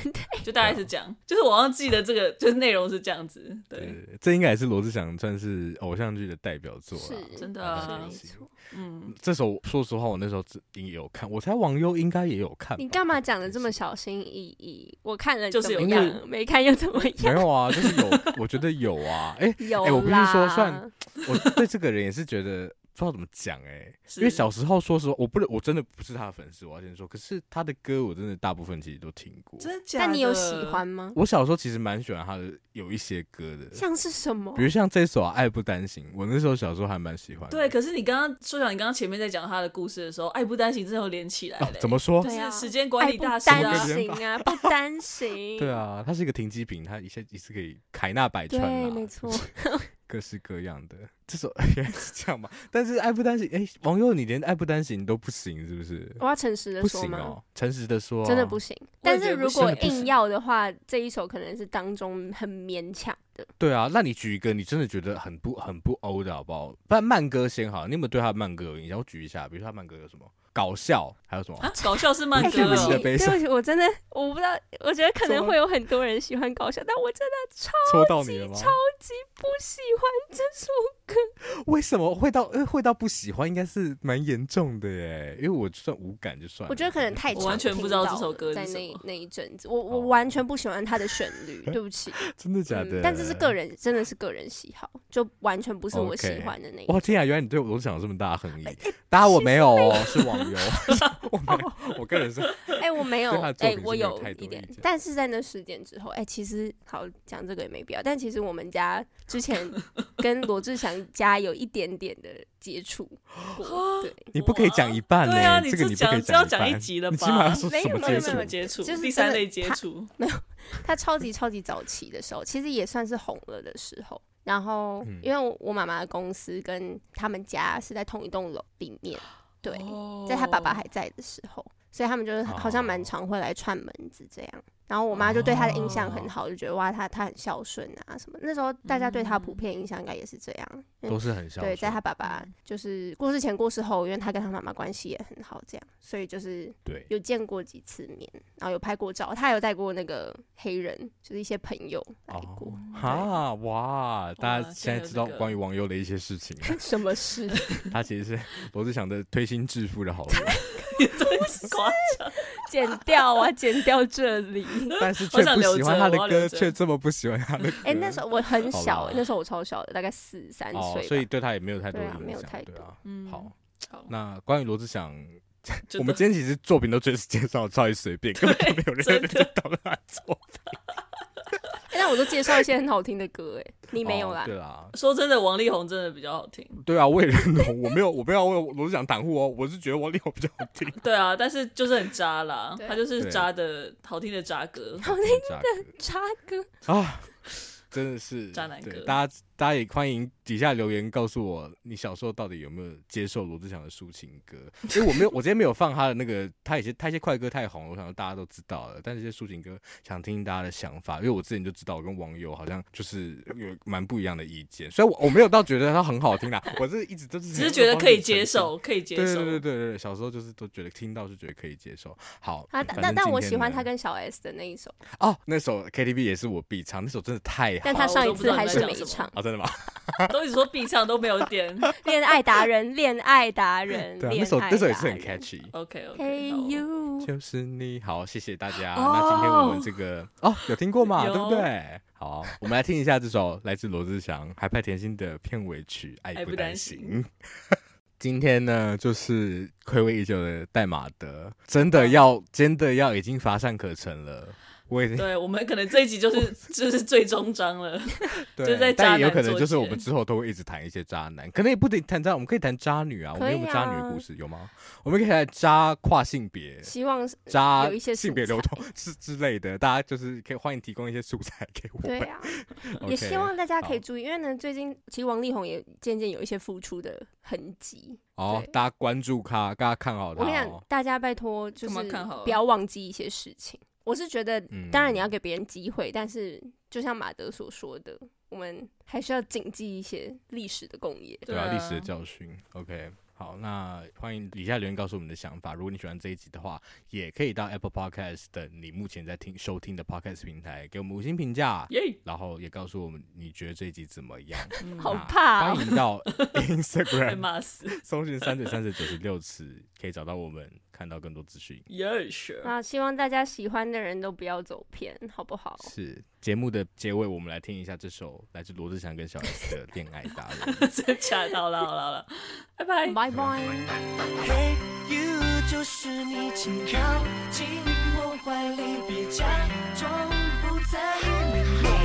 S3: 就大概是这样。就是我好像记得这个，就是内容是这样子，对，
S2: 对这应该也是罗志祥算是偶像剧的代表作了。
S1: 是
S3: 真的
S2: 海派
S3: 啊
S2: 甜
S1: 没
S2: 心
S1: 错。
S3: 嗯，
S2: 这首说实话，我那时候只也有看，我猜网友应该也有看吧。
S1: 你干嘛讲的这么小心翼翼？我看了
S3: 就是
S1: 怎么
S3: 有
S1: 样？
S2: 看
S1: 没看又怎么
S2: 没
S1: 样？
S2: 有啊，就是有，我觉得有啊。哎、
S1: 有
S2: 哎我必须
S1: 啦，
S2: 说算我对这个人也是觉得不知道怎么讲哎、
S3: 是
S2: 因为小时候说实话，我不能，我真的不是他的粉丝，我要先说。可是他的歌我真的大部分其实都听过。
S3: 真的假的？
S1: 但你有喜欢？吗？
S2: 我小时候其实蛮喜欢他的有一些歌的，
S1: 像是什么哎
S2: 比？如像这首、啊《爱不担心》，我那时候小时候还蛮喜欢的。
S3: 对，可是你刚刚说讲你刚刚前面在讲他的故事的时候，哎爱不担心真的有连起来
S2: 啊
S3: 嘞、，
S2: 怎么说？
S1: 对啊
S3: 是时间管
S1: 爱
S3: 理
S1: 不
S3: 大师
S1: 担
S3: 啊
S2: 什么？
S1: 心啊，不担心。
S2: 对，啊，它是一个停机坪，它一下一次可以凯纳百川啊，
S1: 对，没错，
S2: 各式各样的。这首 原来是这样嘛？但是爱不担心，哎、网友你连爱不担心都不行，是不是？
S1: 我要诚实的
S2: 不
S1: 说
S2: 行
S1: 嘛，
S2: 哦，诚实的说、
S1: 真的不。行。
S3: 我
S1: 但
S3: 也觉
S1: 是
S3: 得不
S1: 如
S3: 行
S1: 果
S2: 真的不
S1: 硬
S2: 行
S1: 要的话，这一首可能是当中很勉强的。
S2: 对啊，那你举一个你真的觉得很不很不欧的好不好？不然慢歌先好，你有没有对他的慢歌有印象？我举一下，比如说他慢歌有什么搞笑，还有什么？
S3: 啊，搞笑是慢
S1: 哎，
S2: 哎
S1: 对
S3: 歌
S1: 不
S2: 对
S1: 起
S2: 我
S3: 哦
S2: 的，悲
S1: 对不起，我真的我不知道，我觉得可
S2: 怎
S1: 能
S2: 么
S1: 会有很多人喜欢搞笑，但我真的超
S2: 戳到你了吗？
S1: 级不喜欢这首歌。
S2: 为什么会到呃会到不喜欢？应该是蛮严重的耶，因为我算无感就算了。
S1: 我觉得可能太
S3: 我
S1: 常
S3: 完全
S1: 听
S3: 不知道这
S1: 到
S3: 首
S1: 了
S3: 歌
S1: 在
S3: 是什
S1: 那
S3: 么
S1: 那一阵子，我我
S2: 哦
S1: 完全不喜欢它的旋 律，对不起。
S2: 真的假的、
S1: 嗯，但这是个人，真的是个人喜好，就完全不是我喜
S2: OK
S1: 欢的那一种。
S2: 哇，天啊！原来你对我都想有这么大的恨意，当然我没有哦，是网游，我没有，我个人是
S1: 哎、我没有，
S2: 对他的
S1: 哎
S2: 作、品是
S1: 我
S2: 没有
S1: 有
S2: 太多
S1: 一点
S2: 意见，
S1: 但是在那事件之后，哎、其实好讲这个也没必要，但其实我们家之 前跟罗志祥家有一点点的接触 过，对，
S2: 你不可以讲一半呢、
S3: 对啊，
S2: 这个
S3: 这
S2: 你不可
S3: 讲
S2: 以
S3: 这要
S2: 讲
S3: 讲一
S2: 半
S3: 集了吧？
S2: 你起码要说什么
S1: 没
S2: 接
S1: 有没
S2: 触
S1: 有没有？
S3: 接触，
S1: 就是
S3: 第
S1: 真
S3: 三
S1: 的
S3: 类接
S1: 他
S3: 触，
S1: 他超级超级早期的时候，其实也算是红了的时候。然后
S2: 嗯，
S1: 因为我我妈妈的公司跟他们家是在同一栋楼里面，对，
S2: 哦
S1: 在他爸爸
S3: 哦
S1: 还在的时候，所以他们就是好像蛮常会来串门子这样。然后我妈就对他的印象很好，就
S2: 哦
S1: 觉得哇，他他很孝顺啊什么。那时候大家对他普遍印象应该也是这样，
S2: 嗯
S1: 嗯
S2: 都嗯是很小。
S1: 对，在他爸爸就是过世前过世后，因为他跟他妈妈关系也很好，这样，所以就是
S2: 对
S1: 有见过几次面，然后有拍过照，他还有带过那个黑人，就是一些朋友来过。
S2: 哦， 哈哇！大家
S3: 哇
S2: 现
S3: 现在
S2: 在
S3: 有
S2: 知道
S3: 这个
S2: 关于网友的一些事情了，
S1: 什么事？
S2: 他其实是罗志祥的推心置腹 的好友，
S3: 夸
S1: 剪掉啊，剪掉这里。
S2: 但是
S3: 我
S2: 却
S3: 想
S2: 不
S3: 留
S2: 喜
S3: 着
S2: 欢他的
S3: 我要
S2: 歌，
S3: 留着
S2: 却这么不喜欢他的歌。
S1: 哎、那时候我很
S2: 好
S1: 小、
S2: 啦
S1: 那时候我超小的，大概四三岁吧、
S2: 哦，所以对他也没有太多
S1: 对
S2: 影
S1: 啊
S2: 响，
S1: 没有太
S2: 对啊。
S3: 嗯
S2: 好，
S3: 好，
S2: 那关于罗志祥，
S3: 真
S2: 我们
S3: 的
S2: 今天其实作品都只是介绍超级随 便，根本就没有任何人
S3: 真
S2: 在
S3: 的
S2: 讨论他的作品。
S1: 哎那我都介绍一些很好听的歌、哎，你 没有
S2: 哦
S1: 啦。
S2: 对啦，
S3: 说真的，王力宏真的比较 好听。
S2: 对啊，我也认同，我没有，我没有为罗志祥袒护哦，我是觉得王力宏比较好 听。
S3: 对啊，但是就是很渣啦，
S1: 对
S3: 他就是
S2: 对
S3: 渣的好听的渣歌。
S1: 好听
S2: 听
S1: 渣歌，
S2: 啊，真的是
S3: 渣男
S2: 对
S3: 歌
S2: 大家大家也欢迎底下留言告诉我，你小时候到底有没有接受罗志祥的抒情歌？ 因为我没有，我今天没有放他的那个，他有些他一些快歌太红了，我想大家都知道了。但这些抒情歌，想听听大家的想法，因为我之前就知道，我跟网友好像就是有蛮不一样的意见。虽然我我没有到觉得它很好听啦， 我是一直都是
S3: 只是觉得可以 接。受，可以接
S2: 对对
S3: 受。
S2: 对对对对，小时候就是都觉得听到就觉得可以接受。好，
S1: 啊，
S2: 反
S1: 但但
S2: 正
S1: 但
S2: 今
S1: 我
S2: 天
S1: 喜欢
S2: 呢
S1: 他跟小 S 的那一首，
S2: 哦那首 KTV 也是我必唱，那首真的太好
S1: 但
S2: 了
S1: 他上一
S3: 我都不
S1: 次
S3: 知道
S1: 还
S3: 你在
S1: 是
S3: 讲
S1: 没
S3: 什么
S1: 唱。
S2: 啊！真的吗？
S3: 都一直说必唱都没有 点。
S1: 恋爱达人，恋爱达人，
S2: 对啊，
S1: 恋
S2: 那首
S1: 爱
S2: 那首也是
S1: 达
S2: 很
S1: 人
S2: catchy。
S3: OK OK，
S1: Hey you，
S2: 就是你好，谢谢大家。
S3: 哦
S2: 那今天我们这个哦，有听过嘛？
S3: 有
S2: 对不对？好，我们来听一下这首来自罗志祥《海派甜心》的片尾曲《爱
S3: 爱
S2: 不
S3: 不
S2: 担
S3: 担
S2: 心》
S3: 心
S2: 今天呢，就是暌违已久的代码德，真的要真的要已经乏善可陈了。我已经
S3: 对我们可能这一集就是 就是最终章了。
S2: 对，
S3: 就在渣
S2: 但
S3: 男
S2: 也有可能
S3: 作
S2: 就是我
S3: 结
S2: 们之后都会一直谈一些渣男，可能也不得谈渣，我们可以谈渣女啊。我们
S1: 可
S2: 有没有
S1: 以
S2: 渣女的
S1: 啊
S2: 故事？有吗？我们可以来渣跨性别，
S1: 希望是
S2: 渣
S1: 有一些
S2: 性
S1: 素
S2: 别流
S1: 材
S2: 通之之类的，大家就是可以欢迎提供一些素材给我
S1: 对
S2: 们。
S1: 啊，
S2: OK，
S1: 也希望大家可以
S2: 好
S1: 注意，因为呢，最近其实王力宏也渐渐有一些付出的痕迹。
S2: 哦，
S1: 对
S2: 大家关注他，大家看好他
S1: 我跟你
S2: 哦
S1: 讲。，大家拜托就
S3: 干嘛
S1: 是
S3: 看好啊
S1: 不要忘记一些事情。我是觉得
S2: 嗯，
S1: 当然你要给别人机会，但是就像马德所说的，我们还是要谨记一些历史的共业。
S2: 对啊，
S3: 对啊
S2: 历史的教训。OK，好，那欢迎底下留言告诉我们的想法。如果你喜欢这一集的话，也可以到 Apple Podcast 的你目前在听收听的 Podcast 平台给我们五星评价。
S3: 耶，
S2: 然后也告诉我们你觉得这一集怎么 样？
S1: 好
S2: 那
S1: 怕哦
S2: 欢 迎到
S3: 嗯被
S2: Instagram
S3: 骂死。
S2: 搜寻三嘴三嘴九十六次，可以找到我们，看到更多资讯。
S3: Yes，
S1: 啊，希望大家喜欢的人都不要走偏，好不好？
S2: 是节目的结尾，我们来听一下这首来自罗志祥跟小 S 的《恋爱达人》。
S3: 真假的，好了好了好了，拜拜。
S1: 拜拜。
S4: Hey you，就是你，请靠近我怀里，别假装不在意。